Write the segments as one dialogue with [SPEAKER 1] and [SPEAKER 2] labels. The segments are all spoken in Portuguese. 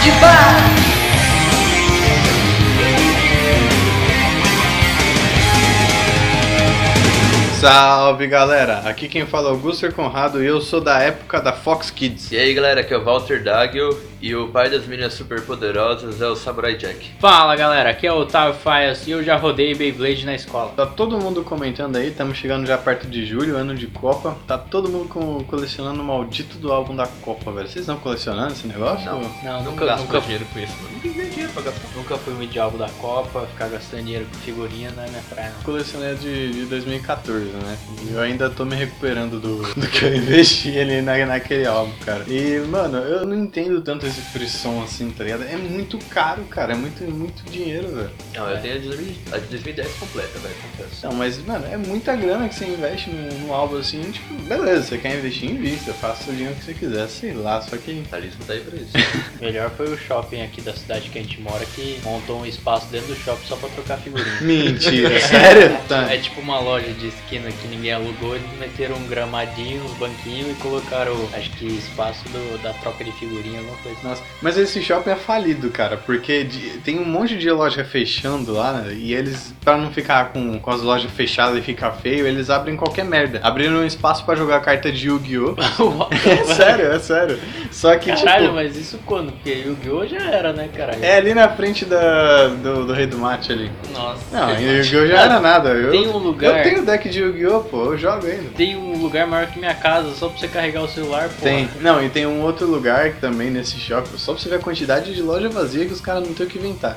[SPEAKER 1] de bar.
[SPEAKER 2] Salve galera, aqui quem fala é Augusto Conrado e eu sou da época da Fox Kids.
[SPEAKER 3] E aí galera, aqui é o Walter Dagel e o pai das meninas superpoderosas é o Samurai Jack.
[SPEAKER 4] Fala galera, aqui é o Otávio Faias e eu já rodei Beyblade na escola.
[SPEAKER 2] Tá todo mundo comentando aí, estamos chegando já perto de julho, ano de Copa. Tá todo mundo co- colecionando o maldito do álbum da Copa, velho. Vocês estão colecionando esse negócio?
[SPEAKER 4] Não,
[SPEAKER 3] Nunca
[SPEAKER 4] nunca,
[SPEAKER 3] gastou
[SPEAKER 4] nunca,
[SPEAKER 3] dinheiro com isso, mano.
[SPEAKER 4] nunca fui muito de álbum da Copa, ficar gastando dinheiro com figurinha não é minha praia. não.
[SPEAKER 2] Colecionei a de, de 2014, né? E eu ainda tô me recuperando do, do que eu investi ali na, naquele álbum, cara. E, mano, eu não entendo tanto esse frisson assim, tá ligado? É muito caro, cara. É muito, muito dinheiro, velho.
[SPEAKER 3] Não, eu tenho a de 2000 a de 2010 completa, velho, confesso.
[SPEAKER 1] Então.
[SPEAKER 2] Não, mas, mano, é muita grana que você investe num, num álbum assim, tipo, beleza, você quer investir, invista, faça o dinheiro que você quiser, sei lá, só que.
[SPEAKER 3] Capitalismo tá aí pra isso.
[SPEAKER 4] Melhor foi o shopping aqui da cidade que a gente mora que montou um espaço dentro do shopping só pra trocar figurinha.
[SPEAKER 2] Mentira, sério? Tá.
[SPEAKER 4] É tipo uma loja de esquina que ninguém alugou, eles meteram um gramadinho, uns banquinhos e colocaram, acho que, espaço do- da troca de figurinha, alguma coisa.
[SPEAKER 2] Nossa, mas esse shopping é falido, cara, porque de- tem um monte de loja fechando lá, né, e eles, pra não ficar com, com as lojas fechadas e ficar feio, eles abrem qualquer merda. Abriram um espaço pra jogar carta de Yu-Gi-Oh! é sério, é sério. Só que,
[SPEAKER 4] assim. Caralho,
[SPEAKER 2] tipo,
[SPEAKER 4] mas isso quando? Porque Yu-Gi-Oh! já era, né, caralho?
[SPEAKER 2] é ali na frente da, do, do Rei do Mate ali.
[SPEAKER 4] Nossa.
[SPEAKER 2] Não,
[SPEAKER 4] que
[SPEAKER 2] Yu-Gi-Oh! já era nada. Eu,
[SPEAKER 4] Tem um lugar-
[SPEAKER 2] Eu tenho deck de Yu-Gi-Oh! pô, eu jogo ainda.
[SPEAKER 4] Tem um lugar maior que minha casa só pra você carregar o celular, pô.
[SPEAKER 2] Tem. Não, e tem um outro lugar que também nesse shopping, só pra você ver a quantidade de loja vazia que os caras não tem o que inventar.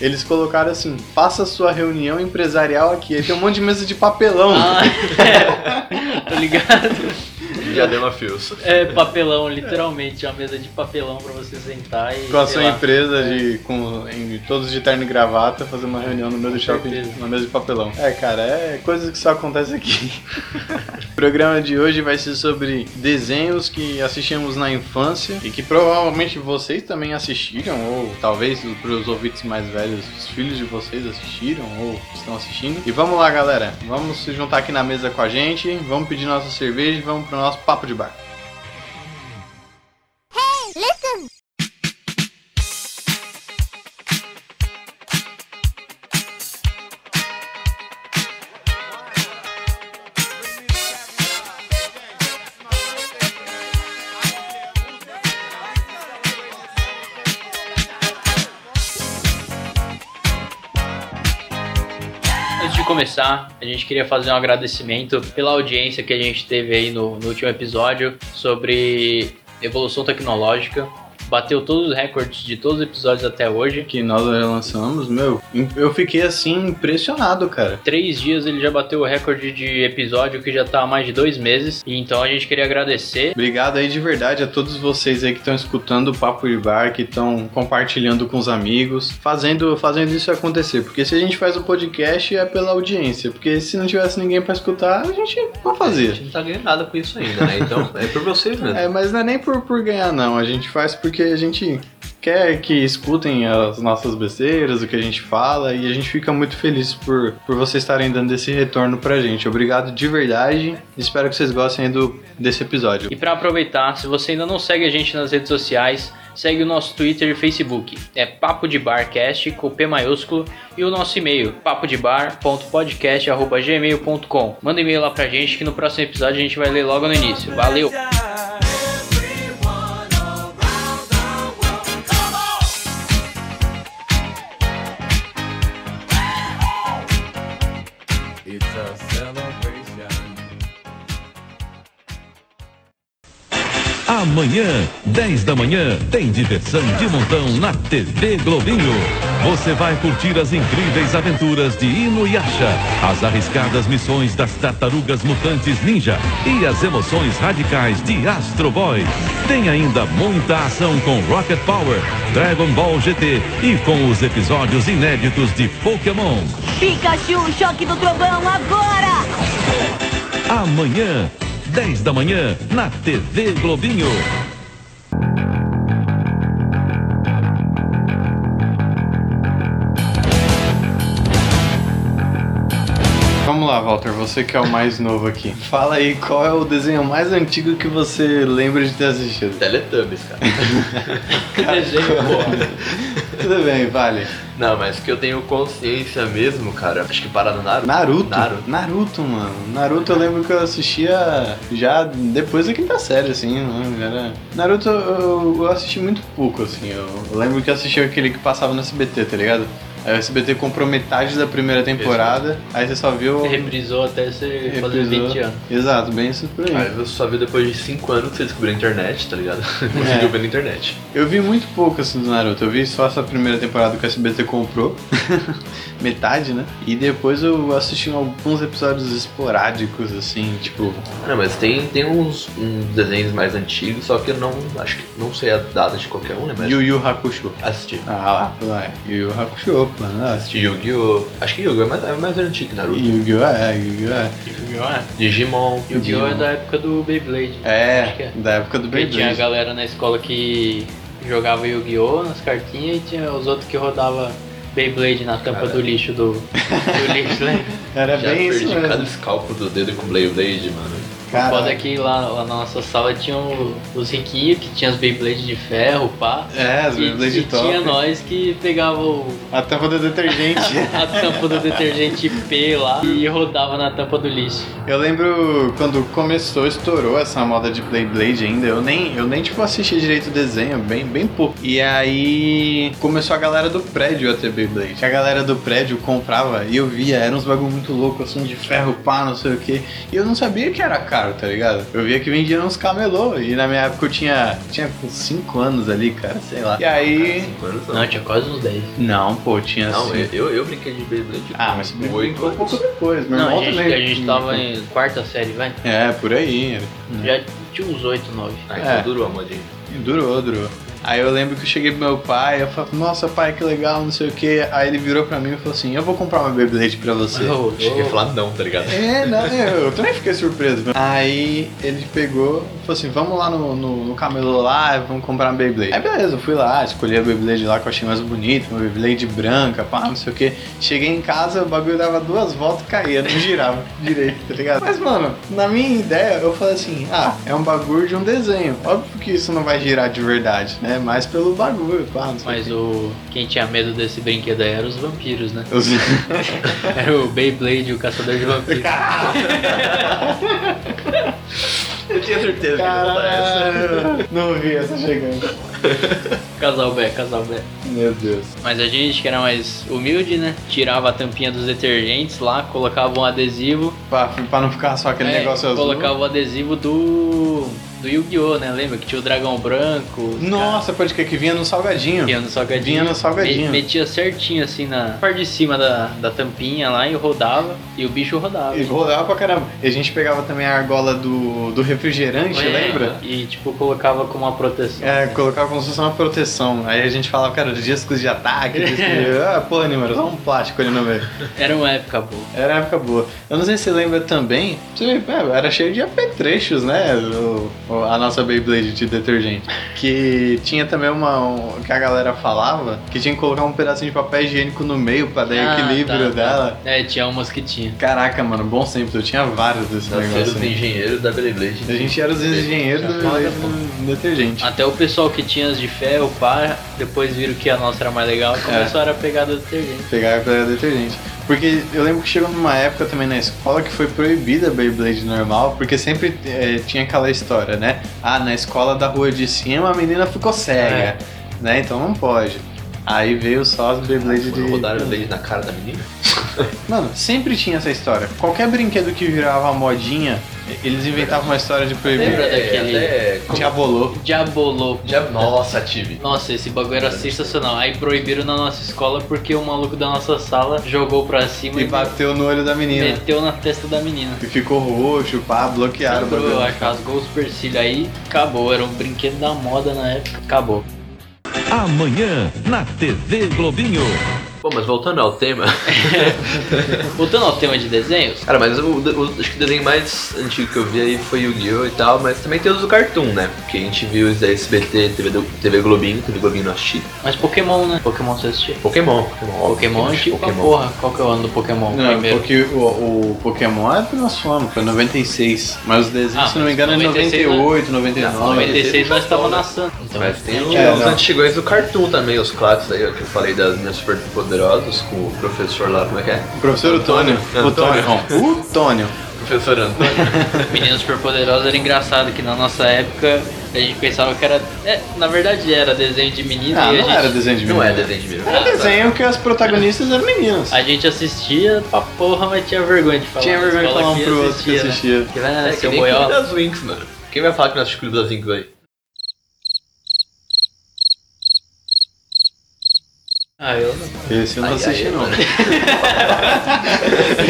[SPEAKER 2] Eles colocaram assim, faça sua reunião empresarial aqui. Aí tem um monte de mesa de papelão.
[SPEAKER 4] Ah, é. Tá ligado?
[SPEAKER 3] Já deu uma fios.
[SPEAKER 4] É papelão, literalmente, é uma mesa de papelão pra você sentar e.
[SPEAKER 2] Com a
[SPEAKER 4] sei
[SPEAKER 2] sua
[SPEAKER 4] lá. É.
[SPEAKER 2] empresa de. com em- todos de terno e gravata, fazer uma reunião no meio do
[SPEAKER 4] Com
[SPEAKER 2] shopping,
[SPEAKER 4] certeza.
[SPEAKER 2] uma mesa de papelão. É, cara, é coisa que só acontece aqui. o programa de hoje vai ser sobre desenhos que assistimos na infância e que provavelmente vocês também assistiram, ou talvez para os ouvintes mais velhos, os filhos de vocês assistiram ou estão assistindo. E vamos lá, galera, vamos se juntar aqui na mesa com a gente, vamos pedir nossa cerveja e vamos pro nosso papo de bar.
[SPEAKER 4] Antes de começar, a gente queria fazer um agradecimento pela audiência que a gente teve aí no, no último episódio sobre evolução tecnológica. Bateu todos os recordes de todos os episódios até hoje.
[SPEAKER 2] que nós lançamos, meu, eu fiquei assim impressionado, cara.
[SPEAKER 4] Três dias ele já bateu o recorde de episódio que já tá há mais de dois meses. E então a gente queria agradecer
[SPEAKER 2] Obrigado aí de verdade a todos vocês aí que estão escutando o Papo de Bar, que estão compartilhando com os amigos, fazendo, fazendo isso acontecer. Porque se a gente faz o podcast é pela audiência, porque se não tivesse ninguém pra escutar, a gente não
[SPEAKER 3] A
[SPEAKER 2] fazia.
[SPEAKER 3] gente não tá ganhando nada com isso ainda, né? Então é por vocês mesmo.
[SPEAKER 2] É, mas não é nem por, por ganhar não, a gente faz porque a gente quer que escutem as nossas besteiras, o que a gente fala, e a gente fica muito feliz por, por vocês estarem dando esse retorno pra gente. Obrigado de verdade, espero que vocês gostem aí do, desse episódio.
[SPEAKER 4] E para aproveitar, se você ainda não segue a gente nas redes sociais, segue o nosso Twitter e Facebook. É Papo de Barcast com P maiúsculo e o nosso e-mail papodebar.podcast@gmail.com. Manda e-mail lá pra gente que no próximo episódio a gente vai ler logo no início. Valeu.
[SPEAKER 5] Amanhã, 10 da manhã, tem diversão de montão na TV Globinho. Você vai curtir as incríveis aventuras de Inuyasha, as arriscadas missões das tartarugas mutantes ninja e as emoções radicais de Astro Boy. Tem ainda muita ação com Rocket Power, Dragon Ball GT e com os episódios inéditos de Pokémon.
[SPEAKER 6] Pikachu, choque do trovão agora!
[SPEAKER 5] Amanhã, 10 da manhã, na TV Globinho.
[SPEAKER 2] vamos lá, Walter, você que é o mais novo aqui. Fala aí qual é o desenho mais antigo que você lembra de ter assistido.
[SPEAKER 3] Teletubbies, cara.
[SPEAKER 4] Que desenho, pô.
[SPEAKER 2] Tudo bem, vale.
[SPEAKER 3] Não, mas que eu tenho consciência mesmo, cara. Acho que para no Naruto.
[SPEAKER 2] Naruto.
[SPEAKER 3] Naruto.
[SPEAKER 2] Naruto, mano. Naruto eu lembro que eu assistia já depois da quinta série, assim, né? Já era- Naruto eu, eu assisti muito pouco, assim. Eu eu lembro que eu assisti aquele que passava no SBT, tá ligado? Aí o SBT comprou metade da primeira temporada, aí você só viu.
[SPEAKER 4] Você reprisou até você fazer
[SPEAKER 2] reprisou.
[SPEAKER 4] 20 anos.
[SPEAKER 2] Exato, bem isso por aí.
[SPEAKER 3] Aí você só viu depois de 5 anos que você descobriu a internet, tá ligado? Conseguiu pela internet.
[SPEAKER 2] Eu vi muito pouco assim do Naruto. Eu vi só essa primeira temporada que o SBT comprou. Metade, né? E depois eu assisti alguns episódios esporádicos, assim, tipo.
[SPEAKER 3] Não, mas tem, tem uns, uns desenhos mais antigos, só que eu não acho que não sei a data de qualquer um, né? Mas
[SPEAKER 2] Yu Yu Hakusho.
[SPEAKER 3] assisti.
[SPEAKER 2] Ah lá, lá. Yu Yu Hakusho, pô. Nossa.
[SPEAKER 3] Assisti Yu-Gi-Oh! Aacho que Yu-Gi-Oh! é mais, é mais antigo que Naruto.
[SPEAKER 2] Yu-Gi-Oh! é, Yu-Gi-Oh! é.
[SPEAKER 4] Yu-Gi-Oh! é.
[SPEAKER 3] Digimon.
[SPEAKER 4] Yu-Gi-Oh! é da época do Beyblade. Acho que
[SPEAKER 2] É,
[SPEAKER 4] é.
[SPEAKER 2] da época do
[SPEAKER 4] Porque tinha a
[SPEAKER 2] Beyblade.
[SPEAKER 4] galera na escola que jogava Yu-Gi-Oh! nas cartinhas e tinha os outros que rodava Beyblade na tampa do lixo do, do lixo, né? lembra?
[SPEAKER 2] Era
[SPEAKER 3] Já
[SPEAKER 2] É bem isso
[SPEAKER 3] perdi cada
[SPEAKER 2] mesmo.
[SPEAKER 3] escalpo do dedo com Beyblade, mano.
[SPEAKER 4] O foda é
[SPEAKER 2] Cara,
[SPEAKER 4] que lá, lá na nossa sala tinham os riquinhos que tinham as Beyblades de ferro, pá.
[SPEAKER 2] é, as
[SPEAKER 4] E, e
[SPEAKER 2] Beyblade
[SPEAKER 4] tinha
[SPEAKER 2] top.
[SPEAKER 4] nós que pegava o-
[SPEAKER 2] A tampa do detergente.
[SPEAKER 4] a tampa do detergente P lá e rodava na tampa do lixo.
[SPEAKER 2] Eu lembro quando começou, estourou essa moda de Beyblade ainda. Eu nem, eu nem tipo, assisti direito o desenho, bem, bem pouco. E aí começou a galera do prédio a ter Beyblade. A galera do prédio comprava e eu via, eram uns bagulho muito louco, assim, de ferro, pá, não sei o que. E eu não sabia que era caro, tá ligado? Eu via que vendia uns camelô. E na minha época eu tinha 5 cinco anos ali, cara, sei lá. E aí.
[SPEAKER 3] Cinco anos
[SPEAKER 4] Não, tinha quase uns 10.
[SPEAKER 2] Não, pô, tinha
[SPEAKER 3] Não,
[SPEAKER 2] cinco-
[SPEAKER 3] eu, eu, eu brinquei de Beyblade.
[SPEAKER 2] assim. Ah, mas
[SPEAKER 3] com oito
[SPEAKER 2] brincou um pouco
[SPEAKER 3] anos.
[SPEAKER 2] depois. Meu
[SPEAKER 4] Não,
[SPEAKER 2] irmão
[SPEAKER 4] a gente,
[SPEAKER 2] também.
[SPEAKER 4] a gente tava em quarta série, vai.
[SPEAKER 2] É, por aí.
[SPEAKER 4] Já tinha uns 8, 9.
[SPEAKER 3] Ah,
[SPEAKER 2] É.
[SPEAKER 3] então durou a modinha.
[SPEAKER 2] E Durou, durou. Aí eu lembro que eu cheguei pro meu pai, eu falei, nossa pai, que legal, não sei o que. Aí ele virou pra mim e falou assim, eu vou comprar uma Beyblade pra você.
[SPEAKER 4] Oh,
[SPEAKER 3] Eu cheguei a falar não, tá ligado?
[SPEAKER 2] É, não, eu, eu também fiquei surpreso. né? mano. Aí ele pegou e falou assim: vamos lá no, no, no camelô lá, vamos comprar uma Beyblade. Aí beleza, eu fui lá, escolhi a Beyblade lá que eu achei mais bonita, uma Beyblade branca, pá, não sei o que. Cheguei em casa, o bagulho dava duas voltas e caía, não girava direito, tá ligado? Mas mano, na minha ideia, eu falei assim: ah, é um bagulho de um desenho. Óbvio que isso não vai girar de verdade, né? Mas pelo bagulho, pá, não sei
[SPEAKER 4] Mas
[SPEAKER 2] o
[SPEAKER 4] o quem tinha medo desse brinquedo aí era os vampiros, né?
[SPEAKER 2] quê. Os-
[SPEAKER 4] Era o Beyblade, o caçador de vampiros.
[SPEAKER 3] Eu tinha certeza
[SPEAKER 2] Caralho, não vi essa chegando.
[SPEAKER 4] casal B, casal B.
[SPEAKER 2] Meu Deus.
[SPEAKER 4] Mas a gente que era mais humilde, né? Tirava a tampinha dos detergentes lá, colocava um adesivo.
[SPEAKER 2] Pra, pra não ficar só aquele
[SPEAKER 4] né?
[SPEAKER 2] negócio azul.
[SPEAKER 4] Colocava o adesivo do. do Yu-Gi-Oh! né? Lembra? Que tinha o dragão branco. os
[SPEAKER 2] Nossa, pode crer que vinha no salgadinho.
[SPEAKER 4] caras Vinha no salgadinho.
[SPEAKER 2] Vinha no salgadinho.
[SPEAKER 4] Me- metia certinho assim na parte de cima da, da tampinha lá e rodava. E o bicho rodava.
[SPEAKER 2] E rodava pra caramba. E a gente pegava também a argola do, do refrigerante,
[SPEAKER 4] É,
[SPEAKER 2] lembra?
[SPEAKER 4] E tipo, colocava como uma proteção.
[SPEAKER 2] É, colocava como se fosse uma proteção. Aí a gente falava, cara, discos de ataque, discos de... Ah, porra, nenhuma, era só um plástico ali no meio.
[SPEAKER 4] Era uma época boa.
[SPEAKER 2] Era uma época boa. Eu não sei se você lembra também, você vê, é, era cheio de apetrechos, né? o- o- a nossa Beyblade de detergente. Que tinha também uma. um- que a galera falava que tinha que colocar um pedacinho de papel higiênico no meio pra dar
[SPEAKER 4] Ah,
[SPEAKER 2] equilíbrio
[SPEAKER 4] tá, tá.
[SPEAKER 2] dela.
[SPEAKER 4] É, tinha umas que tinha.
[SPEAKER 2] Caraca, mano, bom sempre. Eu tinha vários desse
[SPEAKER 3] Nasceram
[SPEAKER 2] negócio.
[SPEAKER 3] os
[SPEAKER 2] né?
[SPEAKER 3] engenheiros da Beyblade.
[SPEAKER 2] A gente era os engenheiros do,
[SPEAKER 4] Foda, pô.
[SPEAKER 2] do detergente.
[SPEAKER 4] Até o pessoal que tinha as de ferro, pá, depois viram que a nossa era mais legal,
[SPEAKER 2] É.
[SPEAKER 4] começaram a pegar do detergente.
[SPEAKER 2] Pegava pra detergente. Porque eu lembro que chegou numa época também na escola que foi proibida a Beyblade normal, porque sempre eh, tinha aquela história, né? Ah, na escola da rua de cima a menina ficou cega, né? Então não pode. Aí veio só as Beyblades de.
[SPEAKER 3] Quando rodaram a Beyblade na cara da menina.
[SPEAKER 2] Mano, sempre tinha essa história. Qualquer brinquedo que virava modinha, eles inventavam uma história de proibir.
[SPEAKER 4] Lembra daquele-
[SPEAKER 3] Até... como-
[SPEAKER 2] Diabolô.
[SPEAKER 4] Diabolô.
[SPEAKER 3] Já... Nossa, tive.
[SPEAKER 4] Nossa, esse bagulho era sensacional. Aí proibiram na nossa escola porque o maluco da nossa sala jogou pra cima
[SPEAKER 2] E
[SPEAKER 4] e,
[SPEAKER 2] bateu no olho da menina.
[SPEAKER 4] meteu na testa da menina.
[SPEAKER 2] E ficou roxo, pá, bloquearam o
[SPEAKER 4] Sangrou, eu
[SPEAKER 2] bagulho.
[SPEAKER 4] acho, rasgou os percilhos aí, acabou. Era um brinquedo da moda na época, acabou.
[SPEAKER 5] Amanhã, na TV Globinho.
[SPEAKER 3] Bom, mas voltando ao tema.
[SPEAKER 4] Voltando ao tema de desenhos,
[SPEAKER 3] Cara, mas o, o- acho que o desenho mais antigo que eu vi aí foi Yu-Gi-Oh! e tal, mas também tem os do Cartoon, né? Que a gente viu os da SBT, TV, do- TV Globinho, TV Globinho não assisti.
[SPEAKER 4] mas Pokémon, né? Pokémon você assistia?
[SPEAKER 3] Pokémon, Pokémon. óbvio que eu
[SPEAKER 4] Pokémon é
[SPEAKER 3] assisti
[SPEAKER 4] antigo pra porra. Qual que é o ano do Pokémon?
[SPEAKER 2] Não,
[SPEAKER 4] Primeiro.
[SPEAKER 2] porque o, o Pokémon é do nosso ano, foi 96. Mas o desenho,
[SPEAKER 4] Ah,
[SPEAKER 2] se não me
[SPEAKER 4] mas
[SPEAKER 2] engano,
[SPEAKER 4] 96,
[SPEAKER 2] é
[SPEAKER 3] né?
[SPEAKER 2] 98, 99.
[SPEAKER 4] 96 nós estávamos nascendo. Então,
[SPEAKER 3] Mas tem os
[SPEAKER 2] É, não.
[SPEAKER 3] antigos do Cartoon também, os clássicos aí, ó, que eu falei das minhas super poderosas, com o professor lá, como é que é?
[SPEAKER 2] O professor Otônio.
[SPEAKER 3] Antônio.
[SPEAKER 2] Otônio. Otônio.
[SPEAKER 3] Professor Antônio.
[SPEAKER 4] Meninas Superpoderosas era engraçado que na nossa época a gente pensava que era. é, na verdade era desenho de menino
[SPEAKER 2] Ah,
[SPEAKER 4] e a
[SPEAKER 2] não
[SPEAKER 4] gente,
[SPEAKER 2] era desenho de menino.
[SPEAKER 3] não é desenho de menino.
[SPEAKER 2] Era desenho que as protagonistas eram meninas.
[SPEAKER 4] a gente assistia pra porra, mas tinha vergonha de falar.
[SPEAKER 2] Tinha
[SPEAKER 4] na
[SPEAKER 2] vergonha de
[SPEAKER 4] escola
[SPEAKER 2] falar um
[SPEAKER 4] que
[SPEAKER 2] pro outro que
[SPEAKER 4] né?
[SPEAKER 2] assistia.
[SPEAKER 4] Que vai,
[SPEAKER 3] É, que
[SPEAKER 4] seu
[SPEAKER 3] nem Clube
[SPEAKER 4] boiola.
[SPEAKER 3] das Winx, mano. Quem vai falar que não assiste Clube das Winx aí?
[SPEAKER 4] Ah, eu não.
[SPEAKER 2] Esse eu não
[SPEAKER 3] Ai,
[SPEAKER 2] assisti,
[SPEAKER 3] ai,
[SPEAKER 2] não.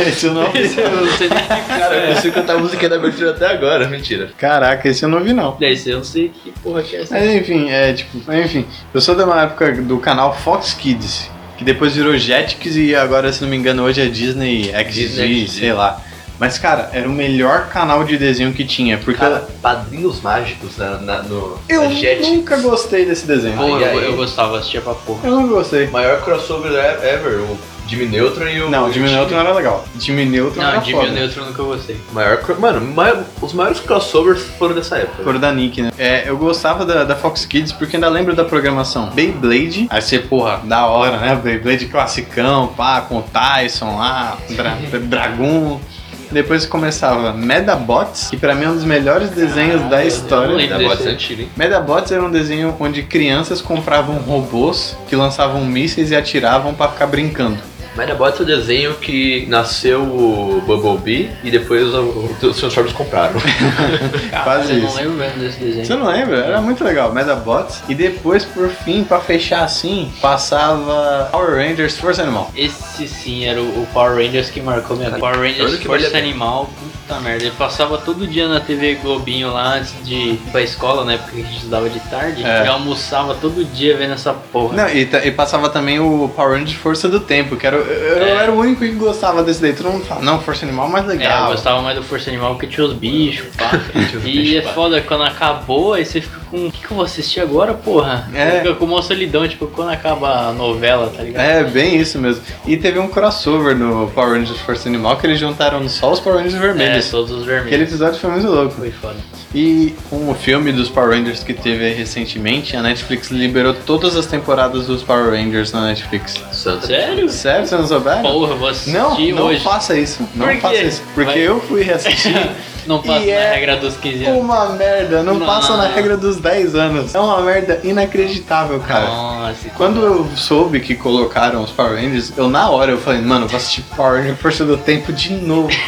[SPEAKER 2] esse eu não vi.
[SPEAKER 4] Eu não sei nem que
[SPEAKER 3] Cara,
[SPEAKER 2] É.
[SPEAKER 3] eu consigo cantar a musiquinha da abertura até agora, mentira.
[SPEAKER 2] Caraca, esse eu não vi, não.
[SPEAKER 4] Desse, eu não sei que porra que é essa.
[SPEAKER 2] Mas enfim, é tipo, enfim, eu sou da uma época do canal Fox Kids, que depois virou Jetix e agora, se não me engano, hoje é Disney XD,
[SPEAKER 3] Disney XD.
[SPEAKER 2] sei lá. Mas cara, era o melhor canal de desenho que tinha, porque
[SPEAKER 3] Cara, padrinhos mágicos na, na- no
[SPEAKER 2] eu
[SPEAKER 3] na Jet.
[SPEAKER 2] nunca gostei desse desenho.
[SPEAKER 4] Porra,
[SPEAKER 3] ai,
[SPEAKER 4] eu,
[SPEAKER 3] ai.
[SPEAKER 4] eu gostava, assistia pra porra.
[SPEAKER 2] Eu não gostei.
[SPEAKER 3] O maior crossover e- ever, o Jimmy Neutron e o.
[SPEAKER 2] Não, Jimmy Neutron é- era legal. Jimmy Neutron
[SPEAKER 4] Não,
[SPEAKER 2] era
[SPEAKER 4] Jimmy
[SPEAKER 2] foda.
[SPEAKER 4] Neutron eu nunca gostei.
[SPEAKER 3] O Maior, cro- mano, o maior- os maiores crossovers foram dessa época.
[SPEAKER 2] Cor da Nick, né? É, eu gostava da, da Fox Kids porque ainda lembro da programação Beyblade. Aí você, porra, da hora, né? Beyblade classicão, pá, com o Tyson lá, dra Dragoon. Depois começava Medabots, que pra mim é um dos melhores desenhos
[SPEAKER 4] Ah,
[SPEAKER 2] da
[SPEAKER 4] eu não
[SPEAKER 2] história.
[SPEAKER 4] lembro.
[SPEAKER 3] Da
[SPEAKER 4] desse-
[SPEAKER 3] voz antiga, hein?
[SPEAKER 2] Medabots era um desenho onde crianças compravam robôs que lançavam mísseis e atiravam pra ficar brincando.
[SPEAKER 3] Metabots é o desenho que nasceu o Bumblebee e depois o- o- os Transformers compraram.
[SPEAKER 2] Quase
[SPEAKER 4] eu não
[SPEAKER 2] isso.
[SPEAKER 4] lembro mesmo desse desenho.
[SPEAKER 2] Você não lembra? Era muito legal, Medabots. E depois, por fim, pra fechar assim, passava Power Rangers Force Animal.
[SPEAKER 4] Esse sim era o o Power Rangers que marcou minha vida. Power Rangers
[SPEAKER 3] olha que
[SPEAKER 4] Força
[SPEAKER 3] brilha-
[SPEAKER 4] Animal, puta merda. Ele passava todo dia na TV Globinho lá antes de ir pra escola, né? Porque a gente estudava de tarde.
[SPEAKER 2] É.
[SPEAKER 4] Eu almoçava todo dia vendo essa porra.
[SPEAKER 2] Não, e, ta- e passava também o Power Ranger Força do Tempo, que era, o- eu, eu
[SPEAKER 4] É.
[SPEAKER 2] era o único que gostava desse daí. Todo mundo fala, não, Força Animal é mais
[SPEAKER 4] É, eu
[SPEAKER 2] legal.
[SPEAKER 4] gostava mais do Força Animal porque tinha os bichos, pá.
[SPEAKER 3] Tinha os
[SPEAKER 4] e
[SPEAKER 3] bichos,
[SPEAKER 4] é
[SPEAKER 3] pá.
[SPEAKER 4] foda, quando acabou, aí você fica com. O que, que eu vou assistir agora, porra?
[SPEAKER 2] É.
[SPEAKER 4] Você Fica com uma solidão, tipo, quando acaba a novela, tá ligado?
[SPEAKER 2] é, bem isso mesmo. E teve um crossover no Power Rangers Força Animal que eles juntaram só os Power Rangers vermelhos.
[SPEAKER 4] É, todos os
[SPEAKER 2] Aquele
[SPEAKER 4] vermelhos.
[SPEAKER 2] episódio foi muito louco.
[SPEAKER 4] Foi foda.
[SPEAKER 2] E com o filme dos Power Rangers que teve aí recentemente, a Netflix liberou todas as temporadas dos Power Rangers na Netflix.
[SPEAKER 4] é
[SPEAKER 3] Santa.
[SPEAKER 4] Sério?
[SPEAKER 2] Sério? Você não souber?
[SPEAKER 4] Porra, eu vou assistir
[SPEAKER 2] Não, não
[SPEAKER 4] hoje.
[SPEAKER 2] faça isso. Não
[SPEAKER 4] Por quê?
[SPEAKER 2] faça isso. Porque
[SPEAKER 4] Vai-
[SPEAKER 2] eu fui reassistir.
[SPEAKER 4] Não passa
[SPEAKER 2] E
[SPEAKER 4] na
[SPEAKER 2] é
[SPEAKER 4] regra dos 15 anos.
[SPEAKER 2] Uma merda, não,
[SPEAKER 4] Não.
[SPEAKER 2] passa na regra dos 10 anos. É uma merda inacreditável, cara.
[SPEAKER 4] Nossa,
[SPEAKER 2] Quando eu soube que colocaram os Power Rangers, eu na hora eu falei, mano, eu vou assistir Power Rangers Força do Tempo de novo.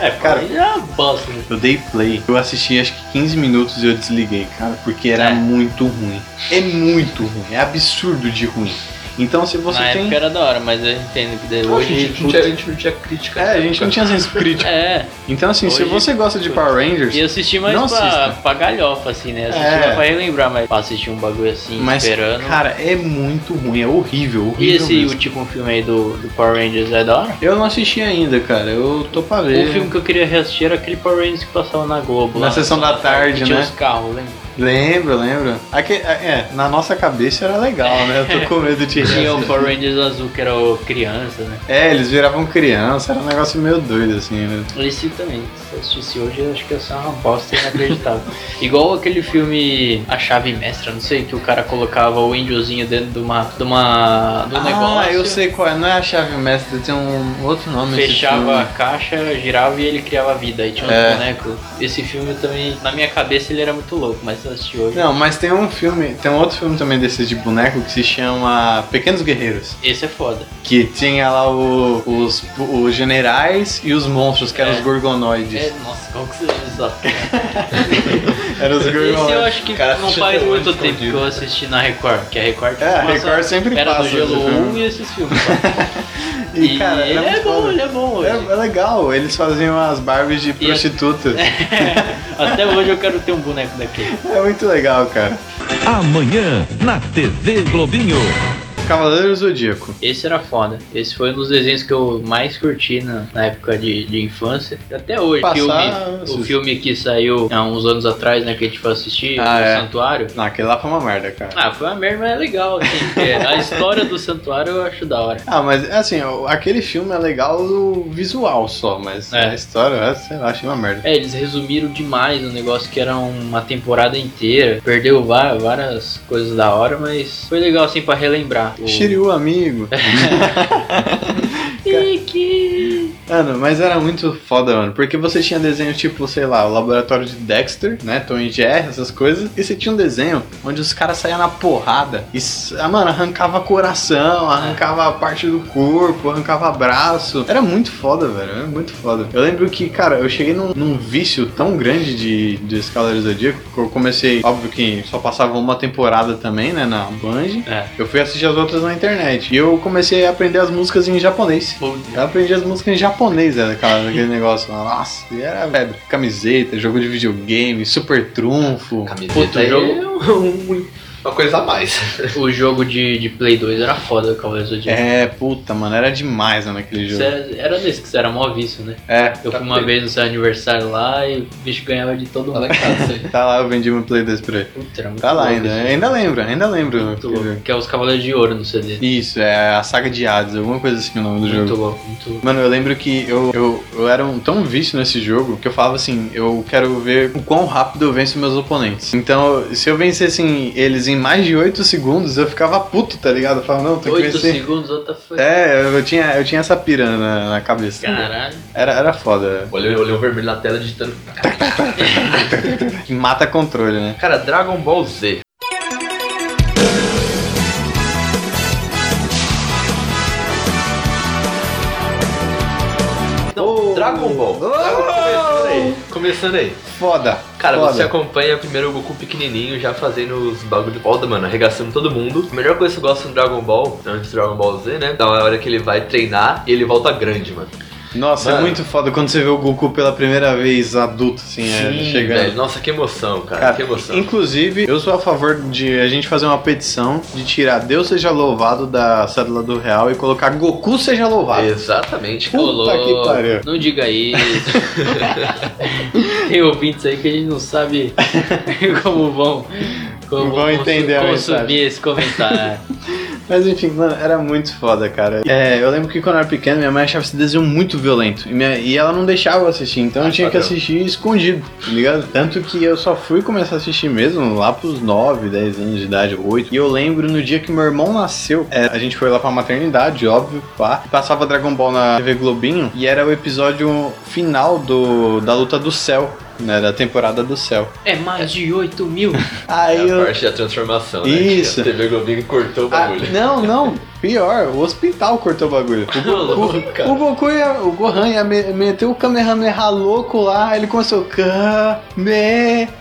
[SPEAKER 4] É,
[SPEAKER 2] Cara,
[SPEAKER 4] cara, já bosta, né?
[SPEAKER 2] Eu dei play, eu assisti acho que 15 minutos e eu desliguei, cara, porque era
[SPEAKER 4] É.
[SPEAKER 2] muito ruim. É muito ruim, é absurdo de ruim. Então se você
[SPEAKER 4] Na
[SPEAKER 2] tem.
[SPEAKER 4] época era da hora, mas eu entendo que daí
[SPEAKER 3] Hoje
[SPEAKER 4] hoje.
[SPEAKER 3] a
[SPEAKER 4] tipo,
[SPEAKER 3] gente, não tinha- a gente não tinha crítica.
[SPEAKER 2] É, a gente não tinha senso crítico.
[SPEAKER 4] É,
[SPEAKER 2] Então assim, se
[SPEAKER 4] Hoje-
[SPEAKER 2] você gosta de Power Rangers,
[SPEAKER 4] e eu assisti mais
[SPEAKER 2] Não
[SPEAKER 4] pra,
[SPEAKER 2] assista.
[SPEAKER 4] pra galhofa, assim, né? Assisti
[SPEAKER 2] É.
[SPEAKER 4] mais pra relembrar, mas pra assistir um bagulho assim,
[SPEAKER 2] mas
[SPEAKER 4] esperando.
[SPEAKER 2] cara, é muito ruim, é horrível,
[SPEAKER 4] e
[SPEAKER 2] horrível.
[SPEAKER 4] esse
[SPEAKER 2] mesmo.
[SPEAKER 4] último filme aí do, do Power Rangers é da hora?
[SPEAKER 2] Eu não assisti ainda, cara. Eu tô pra
[SPEAKER 4] O
[SPEAKER 2] ver.
[SPEAKER 4] filme que eu queria reassistir era aquele Power Rangers que passava na Globo.
[SPEAKER 2] É. Na
[SPEAKER 4] lá
[SPEAKER 2] sessão da tarde,
[SPEAKER 4] que tinha
[SPEAKER 2] né?
[SPEAKER 4] os carros, lembra?
[SPEAKER 2] Lembro, lembro. Aque- é, na nossa cabeça era legal, né? Eu tô com medo de
[SPEAKER 4] Tinha o
[SPEAKER 2] reassistir.
[SPEAKER 4] Power Rangers azul, que era o criança, né?
[SPEAKER 2] É, eles viravam criança, era um negócio meio doido, assim, né?
[SPEAKER 4] Esse também, se eu assistisse hoje, eu acho que ia ser uma bosta inacreditável. Igual aquele filme A Chave Mestra, não sei, que o cara colocava o índiozinho dentro de uma. de uma. do
[SPEAKER 2] ah,
[SPEAKER 4] negócio.
[SPEAKER 2] eu sei qual é. Não é a chave mestre, tem um outro nome. esse
[SPEAKER 4] Fechava a
[SPEAKER 2] filme.
[SPEAKER 4] caixa, girava e ele criava vida. Aí tinha um
[SPEAKER 2] É.
[SPEAKER 4] boneco. Esse filme também, na minha cabeça, ele era muito louco, mas eu assisti hoje.
[SPEAKER 2] Não, mas tem um filme, tem um outro filme também desses de boneco que se chama Pequenos Guerreiros.
[SPEAKER 4] Esse é foda.
[SPEAKER 2] Que tinha lá o- os, os generais e os monstros, que eram
[SPEAKER 4] É.
[SPEAKER 2] os gorgonoides.
[SPEAKER 4] É, nossa, como que você viu isso?
[SPEAKER 2] Eram os
[SPEAKER 4] Esse eu
[SPEAKER 2] gorgonoides.
[SPEAKER 4] acho que
[SPEAKER 3] Cara,
[SPEAKER 4] não
[SPEAKER 3] assistiu
[SPEAKER 4] faz
[SPEAKER 3] até
[SPEAKER 4] muito
[SPEAKER 3] hoje,
[SPEAKER 4] tempo que eu assisti na Record, que a Record
[SPEAKER 2] É, a Record
[SPEAKER 4] passa-
[SPEAKER 2] sempre
[SPEAKER 4] era
[SPEAKER 2] passa
[SPEAKER 4] do
[SPEAKER 2] esse
[SPEAKER 4] Gelo
[SPEAKER 2] filme.
[SPEAKER 4] 1 e esses filmes. né?
[SPEAKER 2] E, cara,
[SPEAKER 4] ele
[SPEAKER 2] era
[SPEAKER 4] é
[SPEAKER 2] muito
[SPEAKER 4] bom,
[SPEAKER 2] foda.
[SPEAKER 4] ele é bom hoje.
[SPEAKER 2] É, é legal, eles faziam as Barbies de prostituta.
[SPEAKER 4] é. Até hoje eu quero ter um boneco daquele.
[SPEAKER 2] É muito legal, cara.
[SPEAKER 5] Amanhã, na TV Globinho.
[SPEAKER 2] Cavaleiro Zodíaco.
[SPEAKER 4] Esse era foda. Esse foi um dos desenhos que eu mais curti na, na época de, de infância. Até hoje.
[SPEAKER 2] Passar,
[SPEAKER 4] filme-
[SPEAKER 2] assiste.
[SPEAKER 4] o filme que saiu há uns anos atrás, né? Que a gente foi assistir,
[SPEAKER 2] Ah,
[SPEAKER 4] o
[SPEAKER 2] é.
[SPEAKER 4] Santuário.
[SPEAKER 2] Não, aquele lá foi uma merda, cara.
[SPEAKER 4] Ah, foi uma merda, mas é legal, assim. porque a história do Santuário eu acho da hora.
[SPEAKER 2] Ah, mas assim, o- aquele filme é legal o visual só, mas
[SPEAKER 4] É.
[SPEAKER 2] a história, sei lá, achei uma merda.
[SPEAKER 4] É, eles resumiram demais o negócio que era um, uma temporada inteira. Perdeu va- várias coisas da hora, mas foi legal assim pra relembrar. O-
[SPEAKER 2] Shiryu amigo. Mano, mas era muito foda, mano. Porque você tinha desenho tipo, sei lá, o laboratório de Dexter, né? Tom e Jerry, essas coisas. E você tinha um desenho onde os caras saíam na porrada e, s- ah, mano, arrancava coração, arrancava parte do corpo, arrancava braço. Era muito foda, velho. Era muito foda. Eu lembro que, cara, eu cheguei num, num vício tão grande de, de Escalares Zodíaco que eu comecei, óbvio que só passava uma temporada também, né? Na Band.
[SPEAKER 4] É.
[SPEAKER 2] Eu fui assistir as outras na internet. E eu comecei a aprender as músicas em japonês. Eu aprendi as músicas em japonês, né, cara, daquele negócio. lá. Nossa, e era febre. Camiseta, jogo de videogame, super trunfo.
[SPEAKER 3] Camiseta aí
[SPEAKER 4] jogo.
[SPEAKER 3] é um- um- uma coisa a mais.
[SPEAKER 4] O jogo de, de Play 2 era foda, Cavaleiros do Zodíaco.
[SPEAKER 2] É, puta, mano, era demais, mano, aquele
[SPEAKER 4] Isso
[SPEAKER 2] jogo.
[SPEAKER 4] Era, era desse que você era mó vício, né?
[SPEAKER 2] É,
[SPEAKER 4] Eu fui uma vez no seu aniversário lá e o bicho ganhava de todo mundo.
[SPEAKER 2] tá lá, eu vendi meu Play 2 pra ele.
[SPEAKER 4] Puta, era muito
[SPEAKER 2] Tá lá
[SPEAKER 4] louco
[SPEAKER 2] ainda,
[SPEAKER 4] isso.
[SPEAKER 2] ainda lembro, ainda lembro.
[SPEAKER 4] Muito
[SPEAKER 2] aquele
[SPEAKER 4] louco.
[SPEAKER 2] jogo.
[SPEAKER 4] Que é os Cavaleiros de Ouro no CD.
[SPEAKER 2] Isso, é a saga de Hades, alguma coisa assim o nome do jogo.
[SPEAKER 4] Muito louco, muito louco.
[SPEAKER 2] Mano, eu lembro que eu, eu, eu era um tão vício nesse jogo que eu falava assim: eu quero ver o quão rápido eu venço meus oponentes. Então, se eu vencesse assim, eles em mais de 8 segundos, eu ficava puto, tá ligado? Eu falava, não, tem que
[SPEAKER 4] 8
[SPEAKER 2] vencer.
[SPEAKER 4] segundos, outra foi.
[SPEAKER 2] É, eu tinha, eu tinha essa pira na, na cabeça.
[SPEAKER 4] Caralho.
[SPEAKER 2] Era, era foda.
[SPEAKER 3] Olhei olhei o vermelho na tela digitando.
[SPEAKER 2] Mata controle, né?
[SPEAKER 3] Cara, Dragon Ball Z. Não,
[SPEAKER 2] Oh.
[SPEAKER 3] Então, Dragon Ball.
[SPEAKER 2] Oh.
[SPEAKER 3] Dragon- Começando aí. Começando aí.
[SPEAKER 2] Foda.
[SPEAKER 3] Cara,
[SPEAKER 2] foda.
[SPEAKER 3] você é acompanha primeiro o Goku pequenininho, já fazendo os bagulho foda, mano, arregaçando todo mundo. A melhor coisa que eu gosto no Dragon Ball, antes do Dragon Ball Z, né? Da hora que ele vai treinar e ele volta grande, mano.
[SPEAKER 2] Nossa, é
[SPEAKER 3] Mano.
[SPEAKER 2] muito foda quando você vê o Goku pela primeira vez adulto, assim, é, chegando.
[SPEAKER 3] velho, Nossa, que emoção, cara.
[SPEAKER 2] Cara,
[SPEAKER 3] que emoção.
[SPEAKER 2] Inclusive, eu sou a favor de a gente fazer uma petição de tirar Deus seja louvado da cédula do real e colocar Goku seja louvado.
[SPEAKER 3] Exatamente.
[SPEAKER 2] Puta
[SPEAKER 4] Ô, louco,
[SPEAKER 2] que pariu.
[SPEAKER 4] Não diga isso. Tem ouvintes aí que a gente não sabe como vão. Como
[SPEAKER 2] Vão entender a mensagem.
[SPEAKER 4] consumir esse comentário.
[SPEAKER 2] Mas enfim, mano, era muito foda, cara. É, eu lembro que quando eu era pequeno, minha mãe achava esse desenho muito violento. E, minha- e ela não deixava eu assistir, então eu tinha que
[SPEAKER 3] valeu.
[SPEAKER 2] assistir escondido, tá ligado? Tanto que eu só fui começar a assistir mesmo lá pros 9, 10 anos de idade, 8. E eu lembro no dia que meu irmão nasceu, é, a gente foi lá pra maternidade, óbvio, pá. E Passava Dragon Ball na TV Globinho e era o episódio final do, da luta do céu. Né, da temporada do céu.
[SPEAKER 4] é mais de 8 mil.
[SPEAKER 3] É a
[SPEAKER 2] Aí eu,
[SPEAKER 3] parte da transformação, né?
[SPEAKER 2] Isso.
[SPEAKER 3] Que A TV Globinho cortou o
[SPEAKER 2] Ah,
[SPEAKER 3] bagulho.
[SPEAKER 2] não, não. Pior, o hospital cortou o bagulho. O Goku,
[SPEAKER 3] louco, cara.
[SPEAKER 2] o Goku ia, o Gohan ia me- meteu o Kamehameha louco lá, ele começou